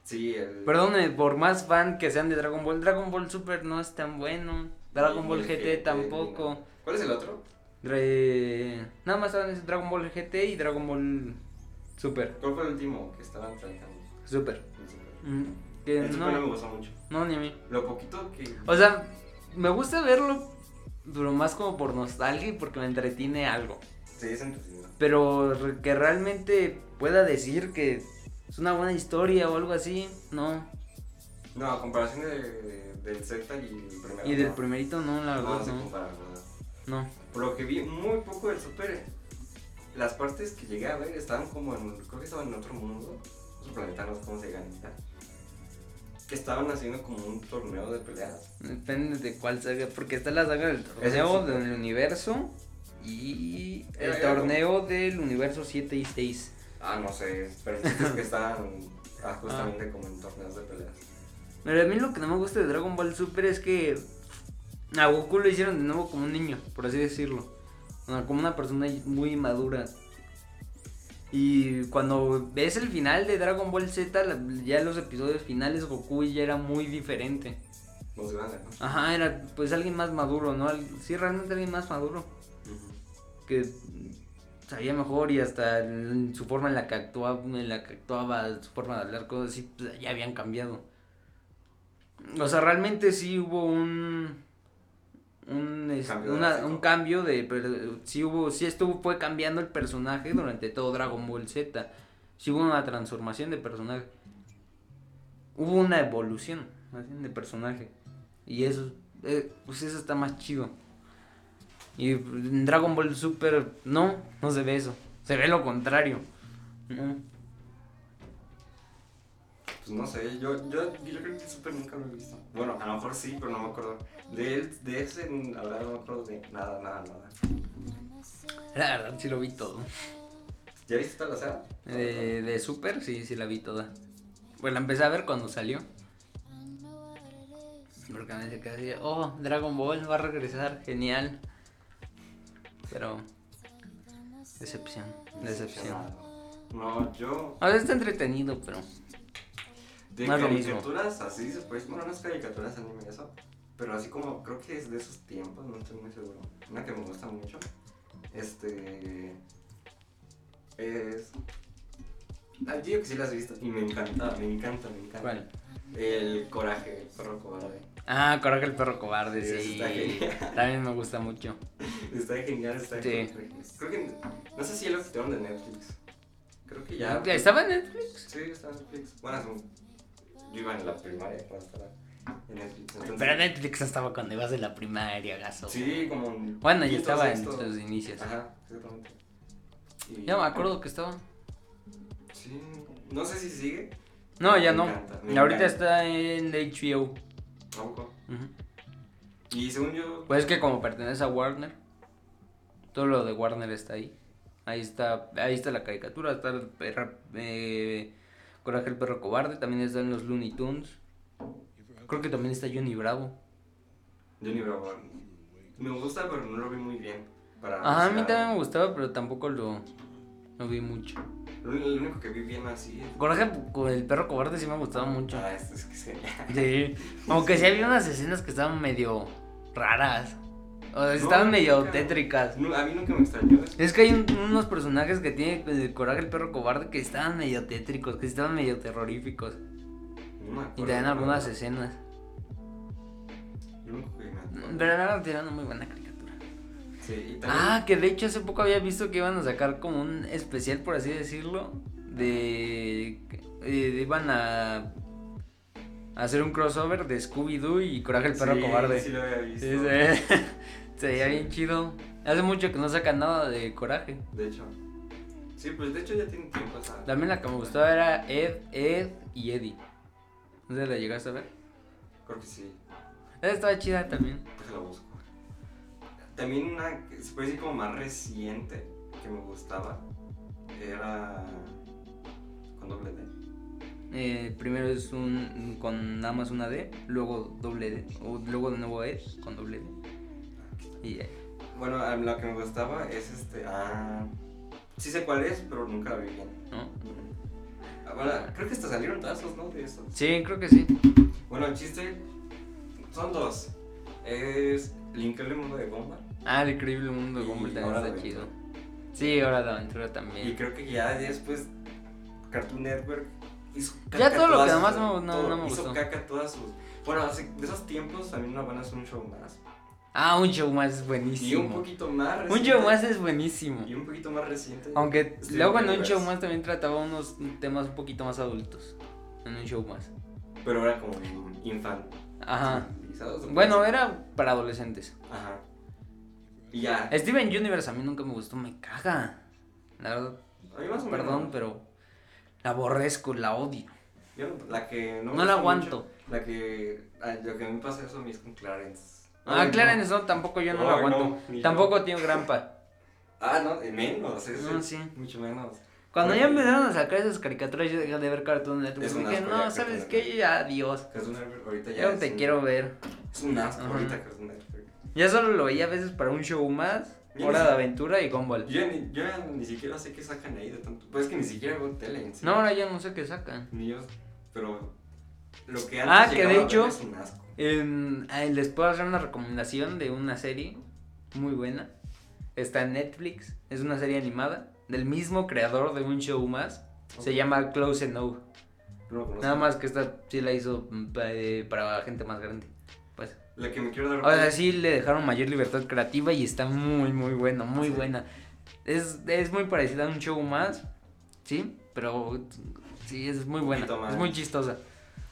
B: sí, el.
A: Perdone, por más fan que sean de Dragon Ball, Dragon Ball Super no es tan bueno. Dragon
B: ni
A: Ball
B: el
A: GT tampoco.
B: ni- ¿Cuál es el otro?
A: Re- Nada más estaban esos Dragon Ball GT y Dragon Ball Super.
B: ¿Cuál fue el último que estaban tratando?
A: Super.
B: El Super.
A: Mm, que
B: El Super no me
A: no,
B: gustó mucho.
A: no, ni a mí.
B: Lo poquito que.
A: O sea, me gusta verlo, pero más como por nostalgia y porque me entretiene algo.
B: Sí, es entretenido.
A: Pero re- que realmente pueda decir que es una buena historia o algo así, no.
B: No, a comparación de- del Z y el primero.
A: Y del
B: no.
A: primerito no, la
B: No,
A: verdad,
B: pues, no se
A: no.
B: compara nada.
A: No.
B: Por lo que vi, muy poco del Super. ¿eh? Las partes que llegué a ver estaban como en. Creo que estaban en otro mundo. Otro planeta, no sé cómo se llama. Que estaban haciendo como un torneo de peleas.
A: Depende de cuál salga, porque está la saga del torneo
B: sí.
A: del universo y
B: Era-
A: el
B: era
A: torneo del universo 7 y 6.
B: Ah, no sé. Pero el chiste es que estaban ah, justamente como en torneos de peleas.
A: Pero a mí lo que no me gusta de Dragon Ball Super es que a Goku lo hicieron de nuevo como un niño, por así decirlo. O sea, como una persona muy madura. Y cuando ves el final de Dragon Ball Z, la- ya en los episodios finales, Goku ya era muy diferente.
B: Nos ganan, ¿no?
A: Ajá, era pues alguien más maduro, ¿no? Al- Sí, realmente alguien más maduro. que sabía mejor y hasta en su forma en la que actuaba, en la que actuaba su forma de hablar, cosas así, pues, ya habían cambiado. O sea, realmente sí hubo un un, es-
B: Cambio
A: una-
B: drástico.
A: un cambio de pero sí hubo sí estuvo fue cambiando el personaje durante todo Dragon Ball Z. Sí hubo una transformación de personaje. Hubo una evolución más bien, de personaje. Y eso eh, pues eso está más chido. Y en Dragon Ball Super, no, no se ve eso. Se ve lo contrario. No.
B: Pues no sé, yo, yo, yo creo que el Super nunca lo he visto. Bueno, a lo mejor sí, pero no me acuerdo. De, él, de ese, la verdad, no me acuerdo de nada, nada, nada.
A: La verdad, sí lo vi todo.
B: ¿Ya viste toda la saga?
A: De, de Super, sí, sí la vi toda. Bueno, la empecé a ver cuando salió. Porque me quedé así, oh, Dragon Ball va a regresar, genial. Pero. Decepción, decepción.
B: No, yo.
A: A veces está entretenido, pero.
B: De
A: No es lo mismo.
B: caricaturas, así se puede. Bueno, no es caricaturas anime eso. Pero así como, creo que es de esos tiempos, no estoy muy seguro. Una que me gusta mucho. Este. Es. Ah, yo digo que sí las he visto y me encanta, me encanta, me encanta.
A: ¿Cuál?
B: El coraje, el perro cobarde.
A: Ah, Coraje el perro cobarde,
B: Sí,
A: sí.
B: está genial.
A: También me gusta mucho.
B: Está genial, está
A: Sí.
B: genial. Creo que. No sé si ya lo quitaron de Netflix. Creo que ya.
A: ¿Estaba en Netflix?
B: Sí, está en Netflix. Bueno, es un- yo iba en la primaria cuando estaba en Netflix. entonces-
A: Pero Netflix estaba cuando ibas de la primaria, gaso.
B: Sí, como. en
A: Bueno, ya
B: quinto,
A: estaba en
B: sexto.
A: sus inicios.
B: Ajá, exactamente. Y-
A: Ya me acuerdo que estaba.
B: Sí, no sé si sigue.
A: No, ya
B: Me
A: no.
B: encanta, me
A: Ahorita
B: encanta.
A: está en HBO.
B: Tampoco.
A: Ujú.
B: Y según yo.
A: Pues es que como pertenece a Warner, todo lo de Warner está ahí. Ahí está, ahí está la caricatura, está el perra- eh, Coraje el perro cobarde, también están los Looney Tunes. Creo que también está Johnny Bravo.
B: Johnny Bravo. Me gusta, pero no lo vi muy bien. Para
A: Ajá, a mí
B: o sea,
A: también me gustaba, pero tampoco lo, lo vi mucho.
B: Lo, lo único que vi bien así. es-
A: Coraje pues, con el perro cobarde sí me gustaba mucho.
B: Ah, esto es que es genial.
A: Sí. Aunque sí había unas escenas que estaban medio raras. O sea,
B: No,
A: estaban medio
B: nunca.
A: tétricas.
B: No, a mí nunca me extrañó.
A: Es que hay un- unos personajes que tiene el coraje el perro cobarde que estaban medio tétricos, que estaban medio terroríficos.
B: No me
A: Y
B: acuerdo,
A: también
B: no,
A: algunas
B: no.
A: escenas.
B: Lo único que me acuerdo.
A: Pero era tirando muy buena caricatura.
B: Sí, y también.
A: Ah, que de hecho hace poco había visto que iban a sacar como un especial, por así decirlo, de... eh, iban a a hacer un crossover de Scooby-Doo y Coraje el Perro
B: sí,
A: Cobarde.
B: Sí, lo había visto.
A: Sí, se ve, se veía
B: Sí.
A: bien chido. Hace mucho que no sacan nada de coraje.
B: De hecho. Sí, pues de hecho ya tiene tiempo esa.
A: También la que me gustaba era Ed, Ed y Eddie. No sé, la llegaste a ver.
B: Creo que sí.
A: Esa estaba chida también.
B: Déjala busco. También una que se puede decir como más reciente que me gustaba. Era. Con doble D.
A: Eh, primero es un con nada más una D, luego doble D, o luego de nuevo Ed con doble D. Y ya.
B: Bueno, a- la que me gustaba es este. Ah. Sí sé cuál es, pero nunca la vi bien.
A: ¿no?
B: Ah, Bueno, creo que hasta salieron tazos, ¿no? De esos.
A: Sí, creo que sí.
B: Bueno, el chiste. Son dos. Es. El increíble mundo de Bomba.
A: Ah, el increíble mundo de
B: Y
A: Gumball
B: Hora
A: también
B: de
A: está chido.
B: Aventura.
A: Sí, Hora de Aventura
B: Y
A: también.
B: creo que ya después pues, Cartoon Network hizo
A: Ya todo lo
B: todas
A: que
B: sus-
A: demás no- no-
B: todo,
A: no me
B: hizo
A: gustó.
B: caca todas sus. Bueno, hace- de esos tiempos también no van a hacer un show más.
A: Ah, un show más es
B: Y un
A: buenísimo.
B: poquito más
A: Un
B: reciente.
A: show más es buenísimo.
B: Y un poquito más reciente.
A: Aunque
B: Steven
A: luego en un
B: Universe.
A: show más también trataba unos temas un poquito más adultos. En un show más.
B: Pero era como infantil.
A: Ajá. Ah. Bueno, era para adolescentes.
B: Ajá. Y ya.
A: Steven Universe a mí nunca me gustó, me caga. La verdad,
B: A mí más o
A: perdón,
B: menos.
A: pero la aborrezco, la odio.
B: Yo no- la que no.
A: No
B: me
A: la
B: gusta
A: aguanto.
B: mucho, la que. ah, lo que me pasa eso a mí es con Clarence.
A: Ah,
B: Ay, no.
A: Clarence, no, tampoco yo no la
B: Ay, no,
A: aguanto.
B: ni yo.
A: Tampoco tiene grampa.
B: Ah, no, eh, menos. Es,
A: No,
B: es
A: sí.
B: Mucho menos.
A: Cuando
B: Bueno,
A: ya empezaron a sacar esas caricaturas, yo dejé de ver Cartoon Network.
B: Es un
A: dije,
B: asco
A: no,
B: ya,
A: ¿sabes
B: Cartoon
A: qué? Ya, adiós.
B: Cartoon Network ahorita ya.
A: Ya no
B: es
A: te
B: un-
A: quiero ver.
B: Es un asco
A: Ajá.
B: ahorita Cartoon Network.
A: Ya solo lo veía a veces para un show más,
B: Yo
A: Hora
B: ni-
A: de Aventura y Gumball.
B: Yo, ya ni, yo ya ni siquiera sé qué sacan ahí de tanto. Pues es que ni siquiera veo tele en sí.
A: No, ahora ya no sé qué sacan.
B: Ni yo. Pero. Lo que
A: Ah,
B: antes
A: que de
B: llegaba a ver
A: hecho-
B: Es un asco.
A: En- ah, les puedo hacer una recomendación de una serie muy buena. Está en Netflix. Es una serie animada del mismo creador de un show más. Se
B: Ok.
A: llama Close Enough.
B: No lo conozco.
A: Nada más que esta sí la hizo mm, pa- eh, para gente más grande. Pues.
B: La que me quiero dar.
A: O sea, sí le dejaron mayor libertad creativa y está muy, muy buena, muy
B: Sí.
A: buena. Es, es muy parecida a un show más, ¿sí? Pero sí, es muy buena.
B: Poquito más.
A: Es muy chistosa.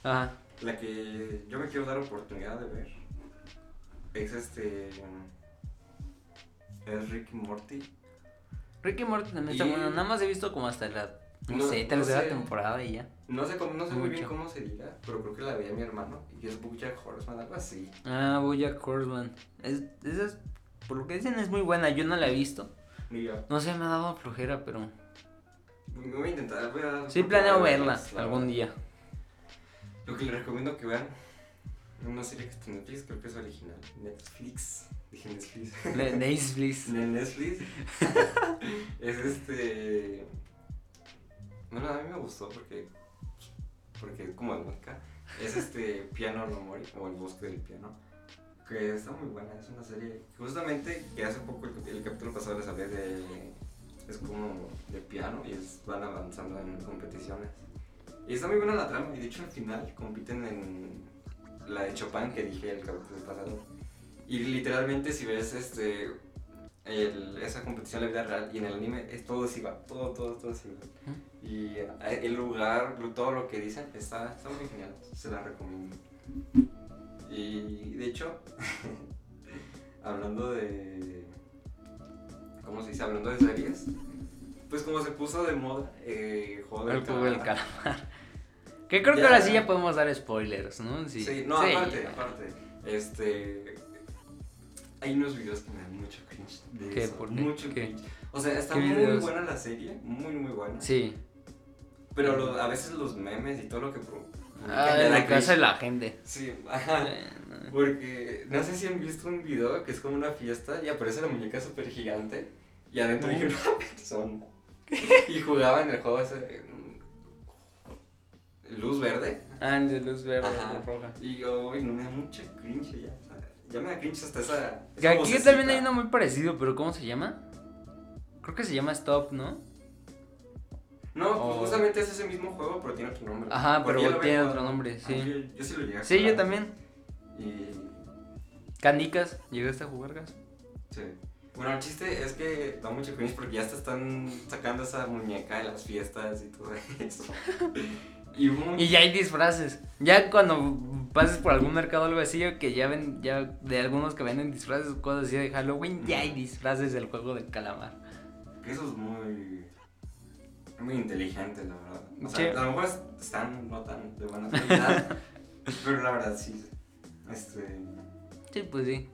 A: Ajá.
B: La que yo me quiero dar oportunidad de ver es este. mm, Es Rick y Morty.
A: Ricky Morty también está
B: Y-
A: bueno. Nada más he visto como hasta la no
B: No,
A: sé,
B: no
A: tercera
B: sé.
A: temporada y ya.
B: No sé, cómo, no sé muy bien
A: Mucho.
B: cómo se diga, pero creo que la veía mi hermano y es Bojack Horseman, algo así.
A: Ah, Bojack Horseman. Es, esa es- por lo que dicen es muy buena. Yo no la he visto.
B: Y yo,
A: No sé, me ha dado flojera, pero
B: me voy a intentar, voy a dar
A: sí
B: oportunidad
A: planeo
B: de
A: verla
B: la
A: algún
B: verdad.
A: día.
B: Lo que les recomiendo que vean, una serie que está en Netflix, creo que es original. Netflix, dije Netflix.
A: Le- Days Bliss.
B: En el Netflix. es este. Bueno, a mí me gustó porque. Porque es como el vodka. Es este Piano No Mori o El Bosque del Piano. Que está muy buena, es una serie. que Justamente que hace poco el, cap- el capítulo pasado les hablé de. Es como de piano y es- van avanzando en competiciones. Y está muy buena la trama. Y de hecho, al final compiten en la de Chopin que dije el capítulo pasado. Y literalmente, si ves este, el- esa competición en la vida real y en el anime, es todo es igual, todo, todo, todo es igual. Y eh, el lugar, lo- todo lo que dicen, está, está muy genial, se la recomiendo. Y de hecho, hablando de. ¿Cómo se dice? Hablando de series, pues como se puso de moda, eh, juego del
A: El cubo del
B: Calamar.
A: calamar. Que creo que
B: Ya.
A: ahora sí ya podemos dar spoilers, ¿no?
B: Sí, no, aparte, aparte. Este. Hay unos videos que me dan mucho cringe. De
A: ¿Qué?
B: eso,
A: ¿Por qué?
B: mucho
A: ¿Qué?
B: cringe. O sea, está
A: ¿Qué
B: muy
A: videos?
B: buena la serie, muy, muy buena.
A: Sí.
B: Pero lo- a veces los memes y todo lo que. pro-
A: Ah,
B: me da
A: la
B: cringe.
A: casa de la gente.
B: Sí, ajá.
A: Eh, no.
B: Porque no sé si han visto un video que es como una fiesta y aparece la muñeca súper gigante y adentro
A: No.
B: hay una persona. Y jugaban el juego ese. mm, Luz verde.
A: Ah, de luz verde,
B: Ajá.
A: luz roja.
B: Y yo, uy, no me da mucha cringe ya. o sea, Ya me da cringe hasta esa.
A: Que
B: esa
A: aquí
B: vocecita.
A: también hay uno muy parecido, pero ¿cómo se llama? Creo que se llama Stop, ¿no?
B: No, pues
A: Oh.
B: justamente es ese mismo juego, pero tiene otro nombre.
A: Ajá,
B: Porque
A: pero
B: ya lo
A: tiene
B: había
A: otro
B: jugado.
A: nombre,
B: Ah,
A: sí.
B: yo, yo sí lo llegué a
A: Sí,
B: jugar.
A: yo también.
B: Y.
A: Canicas, ¿llegaste a jugar gas?
B: Sí. Bueno, el chiste es que da mucho cringe porque ya te están sacando esa muñeca de las fiestas y todo eso. y hubo un-
A: Y ya hay disfraces. Ya cuando pases por algún mercado o algo así, o que ya ven, ya de algunos que venden disfraces, cosas así de Halloween, ya hay disfraces del juego del calamar.
B: que Eso es muy. Muy inteligente, la verdad. O sea,
A: Sí.
B: a lo mejor es- están no tan de buena calidad. pero la verdad sí. Este.
A: Sí, pues sí.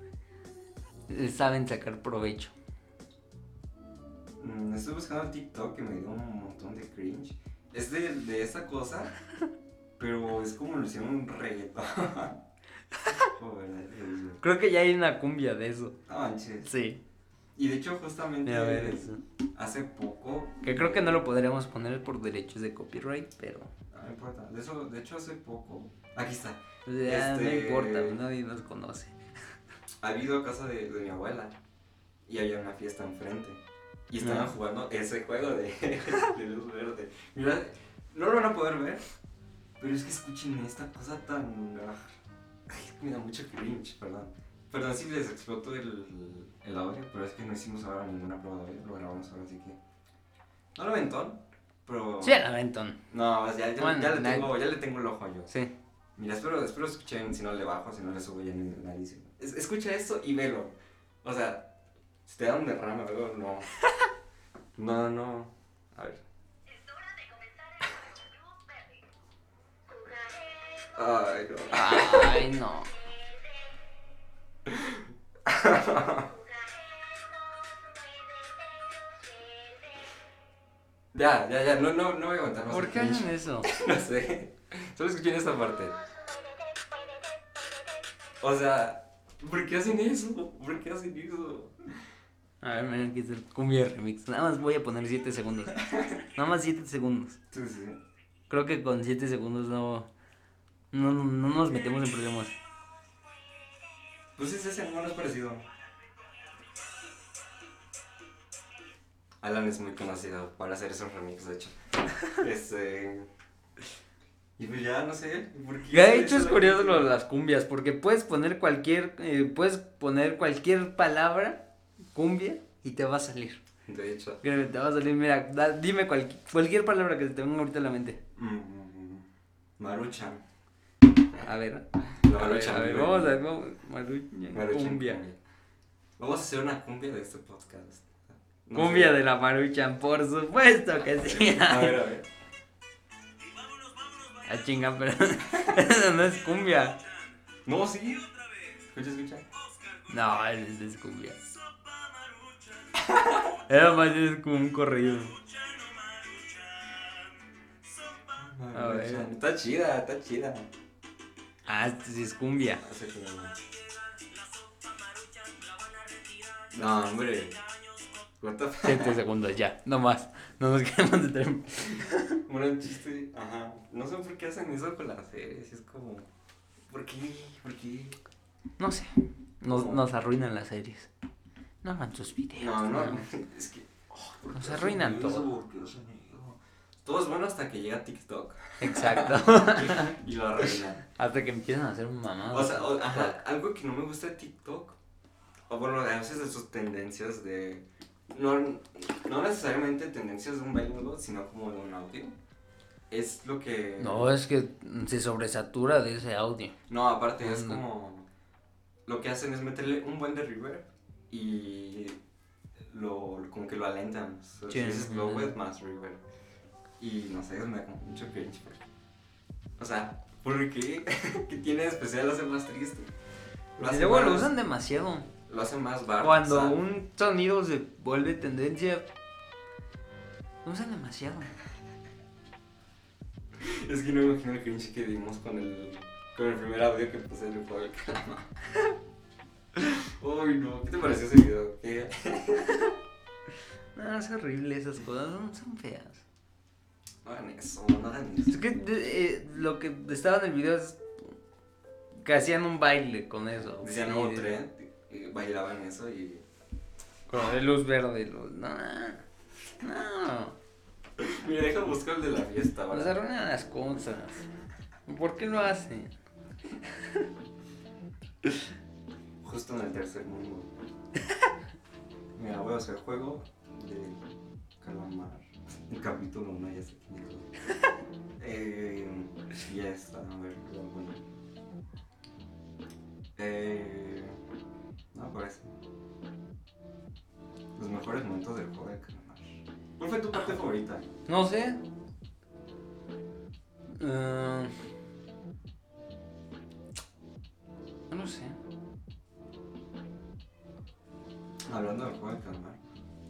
A: Eh, Saben sacar provecho.
B: mm, Estoy buscando el TikTok que me dio un montón de cringe. Es de, de esa cosa, pero es como lo hicieron un reggaetón. Joder, Dios mío.
A: Creo que ya hay una cumbia de eso.
B: No manches.
A: Sí.
B: Y de hecho, justamente
A: A ver eso.
B: hace poco.
A: Que creo que no lo podríamos poner por derechos de copyright, pero.
B: ah, No importa. De, eso, de hecho, hace poco. Aquí está.
A: pues, ya no
B: Este-
A: importa, nadie nos conoce.
B: ha habido a casa de, de mi abuela y había una fiesta enfrente. Y estaban
A: Ah.
B: jugando ese juego de, de luz verde. Mira, no lo van a poder ver, pero es que escuchen esta cosa tan. ah, ay, me da mucho cringe, perdón. Perdón si les explotó el, el audio, pero es que no hicimos ahora ninguna prueba de audio, lo grabamos ahora, así que. No lo aventón, pero.
A: Sí, era Benton.
B: No, ya, ya,
A: Bueno,
B: ya le
A: na-
B: tengo, ya le tengo el ojo yo.
A: Sí.
B: Mira, espero, espero escuchen, si no le bajo, si no le subo ya en el nariz. Es- escucha esto y velo. O sea, si te da un derrame o algo, no. No, no. A ver. Ay, no.
A: Ay, no.
B: Ya, ya, ya, no, no, no voy a aguantar más.
A: ¿Por
B: el
A: qué
B: cringe.
A: hacen eso?
B: No sé. Solo escuché en esta parte. O sea, ¿por qué hacen eso? ¿Por qué hacen eso?
A: A ver, miren aquí está el cumbia remix. Nada más voy a poner 7 segundos. Nada más 7 segundos.
B: Sí, sí.
A: Creo que con 7 segundos no, no, no no nos metemos en problemas.
B: Pues es ese, no no es parecido. Alan es muy conocido para hacer esos remixes, de hecho. Este. Y pues ya, no sé. ¿por qué
A: De
B: hacen
A: hecho
B: eso?
A: es curioso lo de las cumbias, porque puedes poner cualquier, eh, puedes poner cualquier palabra, cumbia, y te va a salir.
B: De hecho.
A: Créeme, te va a salir, mira, da- dime cual- cualquier palabra que te venga ahorita a la mente.
B: mm, mm, mm. Maruchan.
A: A ver,
B: La
A: a ver,
B: Maruchan.
A: a ver,
B: güey.
A: vamos a ver, vamos, Maruchan,
B: Maruchan
A: cumbia.
B: Vamos a hacer una cumbia de este podcast. No
A: Cumbia
B: sé.
A: de la Maruchan, por supuesto que sí.
B: A ver, a ver.
A: A chinga, pero eso no es cumbia.
B: No, sí. Escucha, escucha.
A: No, eso es cumbia. Era más es como un corrido. A ver.
B: Maruchan. Está chida, está chida.
A: Ah, esto sí es cumbia.
B: Hace que no. No, hombre. What the fuck?
A: Siete segundos ya, no más. No nos quedemos de tren.
B: Un chiste. Ajá. No sé por qué hacen eso con las series. Es como. ¿Por qué? ¿Por qué?
A: No sé. Nos, nos arruinan las series. No hagan sus videos.
B: No, no.
A: mames.
B: Es que. oh, ¿por qué
A: Nos
B: hacen
A: arruinan
B: eso?
A: todo.
B: ¿Por qué hacen eso? Todo es bueno hasta que llega TikTok.
A: Exacto.
B: y lo arruinan.
A: Hasta que empiezan a hacer un mamado.
B: O sea, o- ajá, algo que no me gusta de TikTok. O bueno, a veces de sus tendencias de. No, no necesariamente tendencias de un bailado, sino como de un audio. Es lo que.
A: No, es que se sobresatura de ese audio.
B: No, aparte es
A: No.
B: como. Lo que hacen es meterle un buen de reverb y. Lo, como que lo alentan. So,
A: Sí.
B: Si dices low with más reverb. Y no sé, eso me da como mucho cringe. porque- O sea, ¿por qué? ¿Qué tiene de especial? Lo hace más triste.
A: Y
B: hace
A: luego lo
B: más-
A: usan demasiado.
B: Lo hace más bar.
A: Cuando
B: o sea,
A: un sonido se vuelve tendencia, lo usan demasiado.
B: Es que no me imagino el cringe que dimos con el, con el primer audio que pues, puse en el juego del calamar. Uy, no. ¿Qué te pareció ese video? ¿Qué?
A: No, es horrible esas cosas, son, son feas.
B: No hagan eso, no hagan eso.
A: Es que eh, lo que estaba en el video es que hacían un baile con eso.
B: Decían
A: Sí,
B: nuevo
A: de-
B: tren, y bailaban eso y.
A: Con la luz verde. luz- No, no.
B: Mira, deja buscar el de la fiesta,
A: Nos
B: ¿verdad?
A: arruinan las cosas. ¿Por qué lo hacen?
B: Justo en el tercer mundo. Mira, voy a hacer juego de calamar. El capítulo 1 ya se tiene. eh, ya está, a ver, lo voy a poner. Eh, no aparece. Los mejores momentos del juego de calamar. ¿Cuál fue tu parte favorita?
A: No sé. Ah, no sé.
B: Hablando del juego de calamar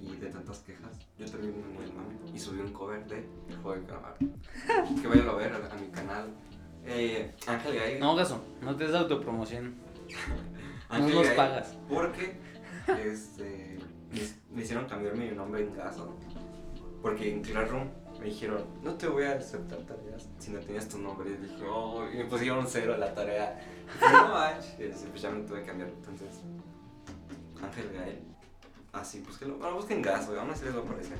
B: y de tantas quejas, yo también me uní al mame y subí un cover de El juego de calamar. que vayan a ver a, a mi canal. Eh, Ángel Gay.
A: No, Gaso, no te des autopromoción. No
B: Ángel
A: nos
B: Gay,
A: pagas.
B: Porque este, me, me hicieron cambiar mi nombre en Gaso. Porque en Classroom me dijeron, no te voy a aceptar tareas si no tenías tu nombre. Y dije, oh, y me pusieron cero a la tarea. Y dije, no manches, y pues ya me tuve que cambiar. Entonces, Ángel Gael. Así, búsquenlo. Bueno, busquen Gaso, aún así les va a aparecer.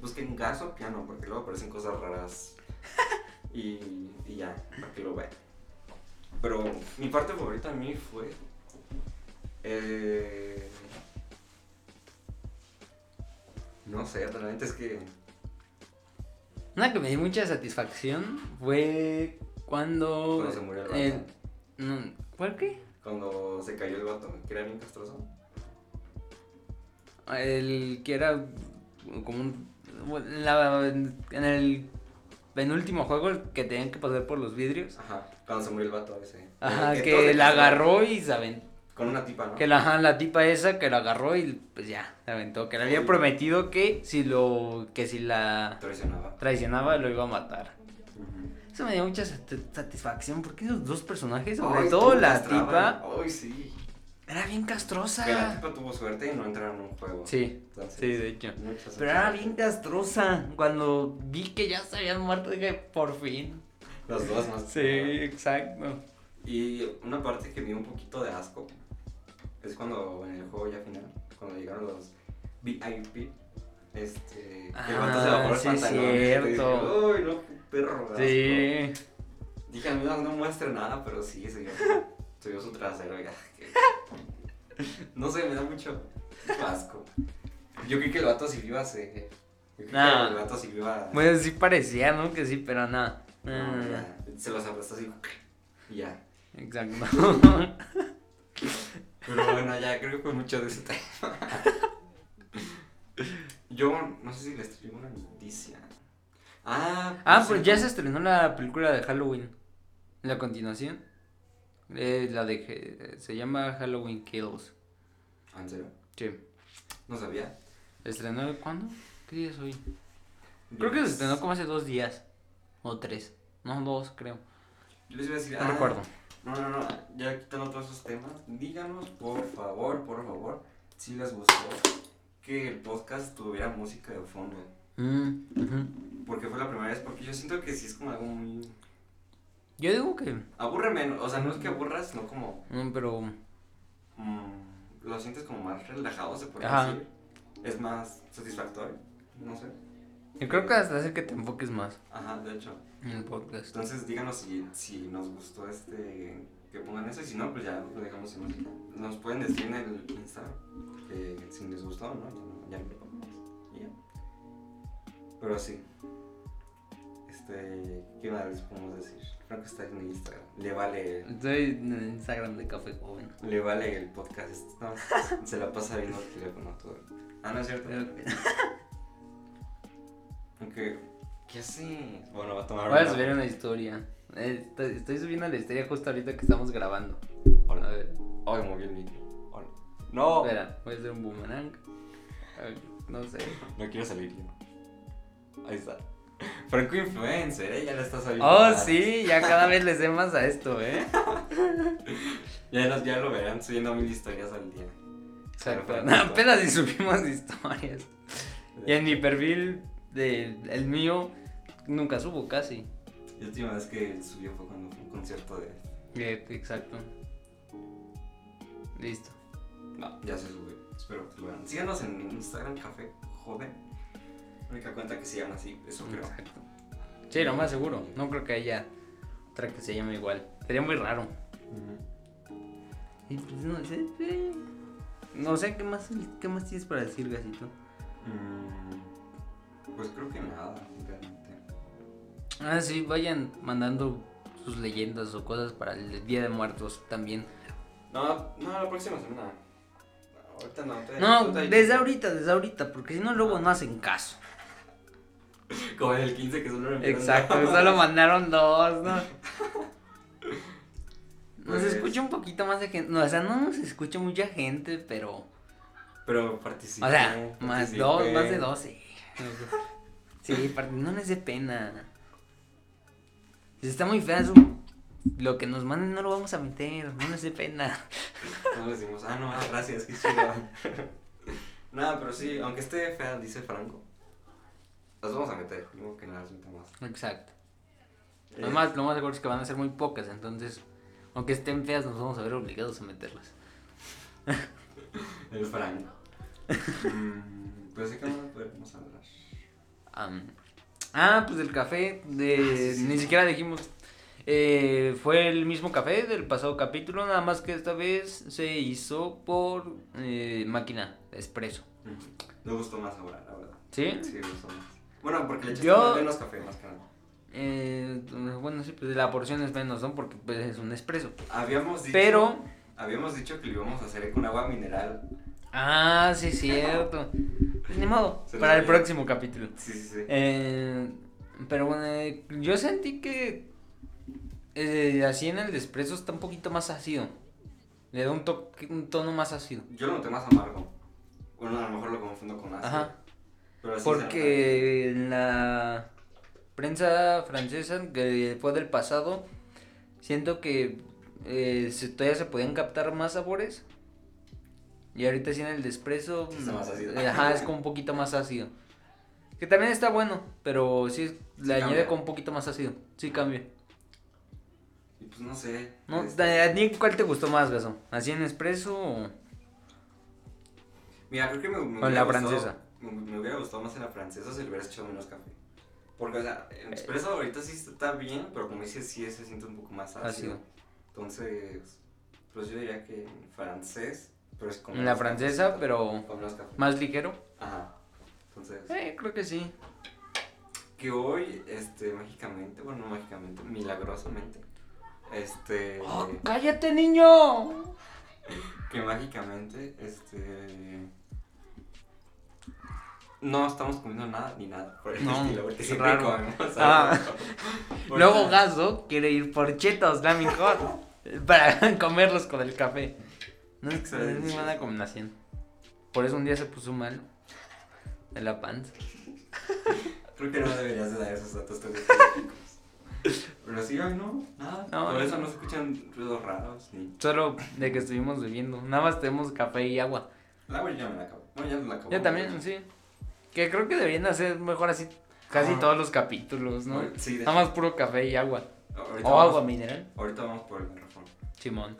B: Busquen Gaso piano, porque luego aparecen cosas raras. Y, y ya, para que lo vean. Pero mi parte favorita a mí fue Eh, no sé, realmente es que.
A: Una que me dio mucha satisfacción fue cuando.
B: Cuando se murió el vato.
A: eh, no, ¿Cuál qué?
B: Cuando se cayó el vato, que era bien castroso.
A: El que era como un. bueno, en la- en el penúltimo juego, el que tenían que pasar por los vidrios.
B: Ajá, cuando se murió el vato ese.
A: Ajá,
B: Eh, todo
A: que
B: se
A: la
B: casó
A: agarró y se aventó.
B: Con una tipa, ¿no?
A: Que la, ajá, la tipa esa que la agarró y pues ya, la aventó. Que le había
B: Uy.
A: prometido que si lo. que si la
B: Traicionaba.
A: traicionaba lo iba a matar.
B: Ujú.
A: Eso me dio mucha sat- satisfacción porque esos dos personajes, sobre
B: Ay,
A: todo
B: tú,
A: la
B: castraban.
A: tipa,
B: Ay, sí.
A: era bien
B: Que la
A: castrosa.
B: tipa tuvo suerte y no entraron en un juego.
A: Sí,
B: Entonces,
A: sí, de hecho.
B: muchas
A: Pero era
B: opciones.
A: bien castrosa. Cuando vi que ya se habían muerto, dije, por fin.
B: Los dos más.
A: Sí, exacto.
B: Y una parte que me dio un poquito de asco es cuando en el juego ya final, cuando llegaron los VIP, este. que el vato se
A: Ah,
B: bajó los
A: sí,
B: pantalones. y te
A: cierto.
B: dije, Uy, no, qué perro. asco".
A: Sí.
B: Dije, al menos no muestre nada, pero sí, se vio, se vio su trasero. ya, que- No sé, me da mucho asco. Yo creí que el vato sí viva se. Yo creí
A: Nah.
B: que el vato sí viva.
A: Ah. Bueno, sí parecía, ¿no? Ah, Que sí, pero nada.
B: no, ya, se los aplastó así. Y ya.
A: Exacto.
B: Pero bueno, ya creo que fue mucho de ese tema. Yo no sé si les traigo una noticia. Ah, por
A: Ah, pues
B: cierto,
A: ya se estrenó la película de Halloween. La continuación. Eh, la de. Se llama Halloween Kills.
B: Ah, ¿En serio?
A: Sí.
B: No sabía.
A: ¿Estrenó cuándo? ¿Qué día es hoy? Creo que se estrenó como hace dos días. O tres. No, dos, creo.
B: Yo les iba a decir.
A: No
B: ah,
A: recuerdo.
B: No, no, no. Ya quitando todos esos temas. Díganos, por favor, por favor, si les gustó que el podcast tuviera música de fondo.
A: Mm, ujú.
B: Porque fue la primera vez. Porque yo siento que sí es como algo muy.
A: Yo digo que.
B: Aburre menos. O sea, no es que aburras, sino como.
A: mm, pero.
B: mm, lo sientes como más relajado, se puede
A: Ajá.
B: decir. Es más satisfactorio, no sé.
A: Yo creo que hasta hace que te enfoques más
B: Ajá, de hecho.
A: en el podcast.
B: Entonces díganos si, si nos gustó este, que pongan eso y si no, pues ya lo dejamos sin música. Nos pueden decir en el Instagram que si les gustó o no, ya no, ya no lo ponemos. Y ya. Pero sí. Este, ¿qué más les podemos decir? Creo que está en el Instagram. Le vale,
A: Estoy en Instagram de Café Joven.
B: le vale el podcast. No, se la pasa viendo el teléfono todo. Ah, no es cierto. Aunque, ¿qué hace? Bueno, va a tomar
A: Voy a subir una historia. Eh, Estoy, estoy subiendo la historia justo ahorita que estamos grabando. A
B: Hola.
A: ver,
B: Ay, moví el micro. Hola. No.
A: espera, voy a hacer un boomerang. A ver, no sé.
B: No quiero salir yo. Ahí está. Franco Influencer, ¿eh? Ya la está saliendo.
A: Oh, sí, ya cada vez les sé más a esto, ¿eh?
B: Ya, lo- ya lo verán subiendo mil historias al día.
A: Exacto.
B: Pero-
A: apenas si subimos historias. Y en mi perfil, de, el mío, nunca subo casi.
B: La última vez que subió fue cuando fue un concierto de.
A: Eh, Exacto. Listo.
B: No, ya se subió. Espero que lo vean. Síganos en Instagram, Café Joven. Única cuenta que se llama así, eso creo.
A: Exacto. Sí, lo más seguro. No creo que haya otra que se llame igual. Sería muy raro. Y, pues, no sé. eh, No sé qué más, qué más tienes para decir, Gasito.
B: Mm, Pues creo que nada, realmente.
A: Ah, sí, vayan mandando sus leyendas o cosas para el Día de Muertos también.
B: No, no, la próxima semana. Ahorita no. te-
A: No,
B: tú te-
A: desde ahorita, desde ahorita, porque si no luego no hacen caso.
B: Como en el 15 que solo me
A: Exacto, solo mandaron dos, ¿no? Nos escucha Pues, un poquito más de gente, no, o sea, no nos escucha mucha gente, pero...
B: Pero participé.
A: O sea, más
B: participé.
A: dos, más de dos, sí. Sí, par- no les dé pena. Si está muy fea, su- lo que nos manden no lo vamos a meter, no les dé pena.
B: No les dimos, ah, no, ah, gracias, qué chido. Nada, pero sí, aunque esté fea, dice Franco. Las vamos a meter, no que no las metamos.
A: Exacto.
B: Eh,
A: Además, lo más seguro es que van a ser muy pocas, entonces, aunque estén feas, nos vamos a ver obligados a meterlas.
B: El Franco. Mm, pues sí que no podemos hablar.
A: Am, ah, pues el café, de,
B: Ah, sí, sí.
A: ni siquiera dijimos Eh, fue el mismo café del pasado capítulo, nada más que esta vez se hizo por eh, máquina expreso.
B: Me gustó más ahora, la verdad.
A: ¿Sí?
B: Sí, me gustó más. Bueno, porque le echaste
A: Yo-
B: menos café, más que nada.
A: Eh, bueno, sí, pues la porción es menos, ¿no? Porque pues, es un expreso.
B: Habíamos dicho,
A: Pero,
B: habíamos dicho que lo íbamos a hacer con agua mineral.
A: ah, sí, es cierto. Pues, ni modo,
B: Se
A: para
B: lo
A: el
B: vi.
A: próximo capítulo.
B: Sí, sí, sí.
A: Eh, pero bueno, eh, yo sentí que eh, así en el expreso está un poquito más ácido. Le da un, toque, un tono más ácido.
B: Yo lo noté más amargo. Bueno, a lo mejor lo confundo con ácido.
A: Ajá.
B: Pero así se ¿eh?
A: Porque en la prensa francesa que fue del pasado, siento que eh, se- todavía se podían captar más sabores. Y ahorita sí en el despreso.
B: Sí, está más ácido.
A: eh, Ajá, es como un poquito más ácido. Que también está bueno, pero sí le añade
B: cambia.
A: con un poquito más ácido. Sí cambia.
B: nota. Y pues no sé.
A: ¿No?
B: este,
A: ¿A ti cuál te gustó más, Gaso? ¿Así en expreso o.?
B: Mira, creo que me, me
A: Con
B: hubiera
A: la
B: gustado-
A: francesa.
B: Me, me hubiera gustado más en la francesa si le hubieras echado menos café. Porque, o sea,
A: Eh.
B: el expreso ahorita sí está bien, pero como dices, sí se siente un poco más ácido.
A: Ácido.
B: Entonces, pues yo diría que en francés, pero es como...
A: En la francesa, pero
B: Con menos café.
A: más ligero?
B: Ajá. Entonces,
A: Eh, creo que sí.
B: que hoy, este, mágicamente, bueno, no mágicamente, milagrosamente, este...
A: ¡Oh, ¡Cállate, niño!
B: que mágicamente, este. No estamos comiendo nada ni nada. Por el
A: No,
B: estilo, porque
A: es
B: siempre
A: raro.
B: comemos
A: Ah.
B: algo. Porque-
A: Luego Gaso quiere ir por chetos, la mejor. para comerlos con el café. No es no es
B: Excelente.
A: ni mala combinación. Por eso un día se puso mal. De la panza.
B: Creo que no deberías de dar esos datos tan específicos. Pero sí, hoy no, nada.
A: No,
B: por
A: no.
B: eso no se escuchan ruidos raros. Ni...
A: Solo de que estuvimos bebiendo. Nada más tenemos café y agua.
B: La agua ya me la acabo. Bueno, ya me la acabo.
A: Yo también, sí. Que creo que deberían hacer mejor así casi
B: Ah.
A: todos los capítulos, ¿no?
B: Ahorita- Sí, de-
A: Nada más puro café y agua.
B: Ahorita,
A: O
B: vamos,
A: agua mineral.
B: ahorita vamos por el garrafón.
A: Simón.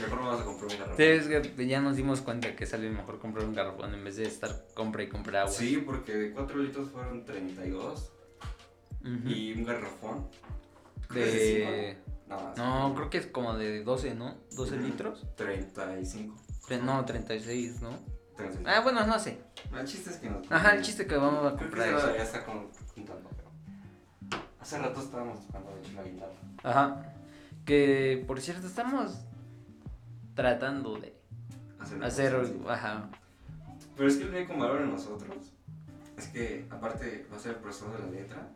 B: Mejor vamos a comprar un garrafón.
A: Sí, es que ya nos dimos cuenta que sale mejor comprar un garrafón en vez de estar compra y compra agua.
B: Sí, porque 4 litros fueron 32
A: Ujú.
B: y un garrafón. creo que
A: De...
B: sí, Nada más.
A: No, creo que es como de 12, ¿no? 12
B: Ujú.
A: litros.
B: 35.
A: Tre- No, 36, ¿no?
B: Entonces,
A: Ah, bueno, no sé.
B: el chiste es que nos.
A: Ajá, el chiste que vamos a
B: Creo que
A: comprar.
B: se
A: eso.
B: debería estar con- juntando, pero. Hace rato estábamos tocando de hecho la guitarra.
A: Ajá. Que, por cierto, estamos tratando de
B: Hacer.
A: hacer...
B: cosas así.
A: Ajá.
B: Pero es que lo único malo de nosotros es que, aparte, va a ser el proceso de la letra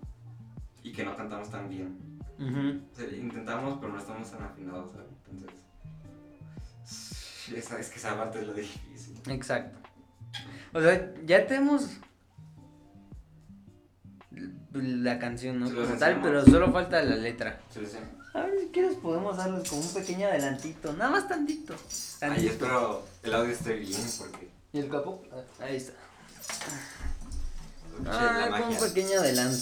B: y que no cantamos tan bien.
A: Ujú.
B: O sea, intentamos, pero no estamos tan afinados, ¿sabes? Entonces. Esa, es que esa parte es lo difícil.
A: Exacto. O sea, ya tenemos la canción, ¿no?
B: Se los
A: Como tal,
B: hacemos.
A: pero solo falta la letra.
B: Se les
A: A ver si quieres podemos darles como un pequeño adelantito, nada más tantito.
B: Ahí espero el audio esté bien porque.
A: ¿Y el capo? Ah, Ahí está.
B: che,
A: Ah,
B: la
A: como un
B: magia.
A: pequeño adelanto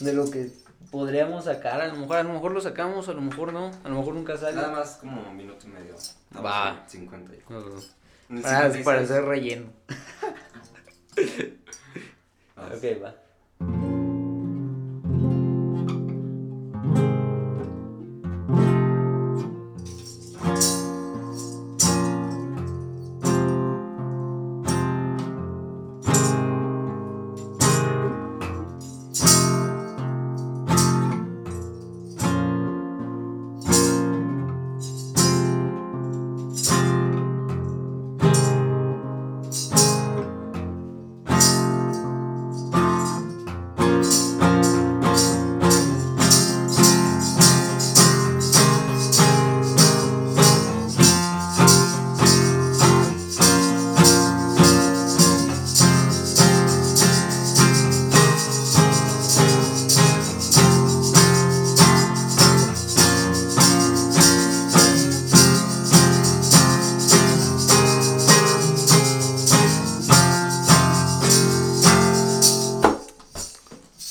A: de lo que podríamos sacar. A lo mejor, a lo mejor lo sacamos, a lo mejor no, a lo mejor nunca sale.
B: Nada más como un minuto y medio. Estamos
A: Va. Ah,
B: en 50 y-
A: No, no, no.
B: en el
A: Para,
B: 56.
A: para hacer relleno.
B: Ah,
A: Ok, va.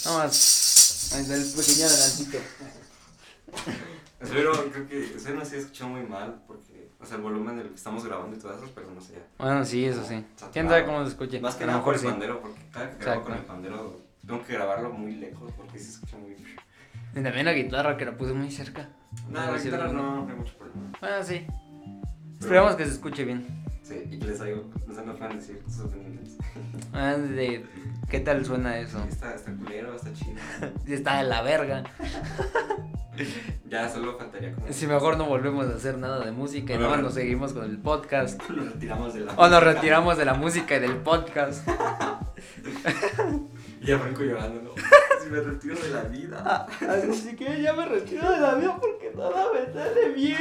A: Nada más. Ahí está el pequeño adelantito.
B: Pero creo que, o sea, no sé, escuchó muy mal porque, o sea, el volumen del que estamos grabando y todo eso, pero no sé.
A: Bueno, sí, eso sí. ¿Quién sabe cómo se escuche?
B: Más que
A: a lo
B: nada
A: mejor
B: con el
A: sí.
B: pandero, porque cada que grabo
A: Exacto.
B: con el pandero tengo que grabarlo muy lejos porque se escucha muy.
A: Y también la guitarra que la puse muy cerca.
B: No, la
A: Así
B: guitarra
A: lo-
B: no, no hay mucho problema.
A: Bueno, sí. Esperamos que se escuche bien.
B: Sí, y les hago, les hago fan decir sus opiniones.
A: Ah, de- ¿Qué tal suena eso?
B: Está, está culero, está chido.
A: Sí, Está de la verga.
B: Ya solo faltaría como.
A: Si mejor no volvemos a hacer nada de música y
B: Bueno,
A: nada más
B: bueno.
A: nos seguimos con el podcast.
B: Nos retiramos de la.
A: O nos retiramos de la música y del podcast.
B: Y ya Franco llorando, ¿no? Si me retiro de la vida.
A: Así que ya me retiro de la vida porque nada me sale bien.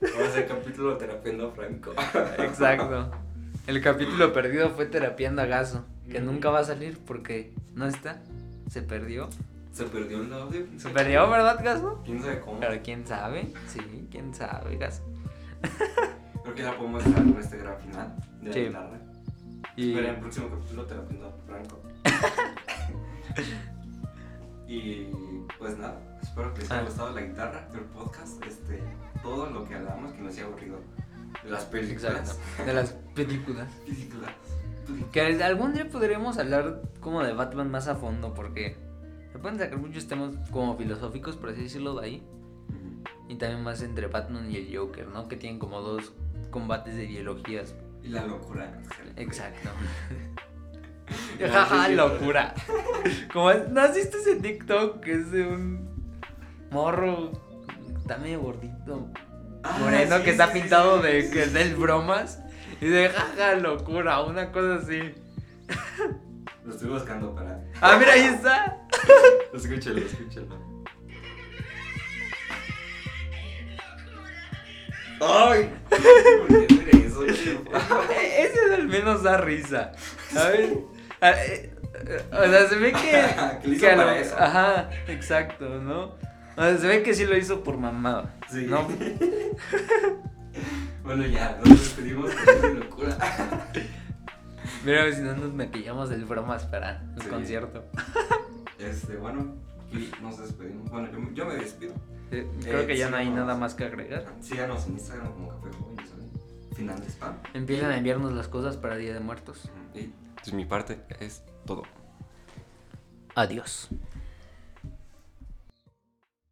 B: Vamos a hacer capítulo terapiando a Franco.
A: Exacto. El capítulo perdido fue terapiando a Gaso, que
B: Ujú.
A: nunca va a salir porque no está. Se perdió.
B: Se perdió el audio.
A: Se perdió, ¿verdad, Gaso?
B: ¿Quién sabe cómo?
A: Pero quién sabe. Sí, quién sabe, Gaso.
B: Creo que ya podemos dejar en este gran final de
A: Sí.
B: la tarde.
A: Y
B: Pero en el próximo capítulo te lo cuento Franco. y pues nada, espero que les haya
A: Ah.
B: gustado la guitarra, el podcast, este, todo lo que hablamos que nos haya aburrido. De las
A: Exacto.
B: películas.
A: de las películas.
B: Películas.
A: Que algún día podremos hablar como de Batman más a fondo porque se pueden sacar muchos temas como filosóficos, por así decirlo, de ahí. Y también más entre Batman y el Joker, ¿no? Que tienen como dos combates de ideologías.
B: Y la locura. en general.
A: Exacto.
B: No,
A: Jaja,
B: sí, sí,
A: Ah, locura. Como es- ¿no has visto ese TikTok que es de un morro está medio gordito.
B: Ah,
A: Moreno
B: sí,
A: que
B: sí,
A: está
B: sí,
A: pintado
B: sí,
A: de
B: sí,
A: que
B: sí.
A: es del bromas. Y de jaja, locura, una cosa así.
B: Lo estoy buscando para.
A: Ah, mira, ahí está.
B: Escúchalo, escúchalo. ¡Ay! ¿Por qué hacer eso?
A: E- Ese al menos da risa. ¿Sabes? A- eh, eh, O sea, se ve que.
B: Que lo hizo
A: a lo-
B: para eso.
A: Ajá, exacto, ¿no? O sea, se ve que sí lo hizo por mamada.
B: Sí.
A: ¿no?
B: Bueno, ya, nos despedimos con esta locura.
A: Mira, si no nos maquillamos del bromas para el
B: Sí.
A: concierto.
B: Este, bueno, y nos despedimos. Bueno, yo, yo me despido.
A: Eh, Creo que ya
B: sí,
A: no hay
B: vamos.
A: nada más que agregar.
B: Síganos en Instagram como Café Joven, ¿saben? Final de spam.
A: Empiezan a enviarnos las cosas
B: pues,
A: para Día de Muertos.
B: Y, de mi parte, es todo.
A: Adiós.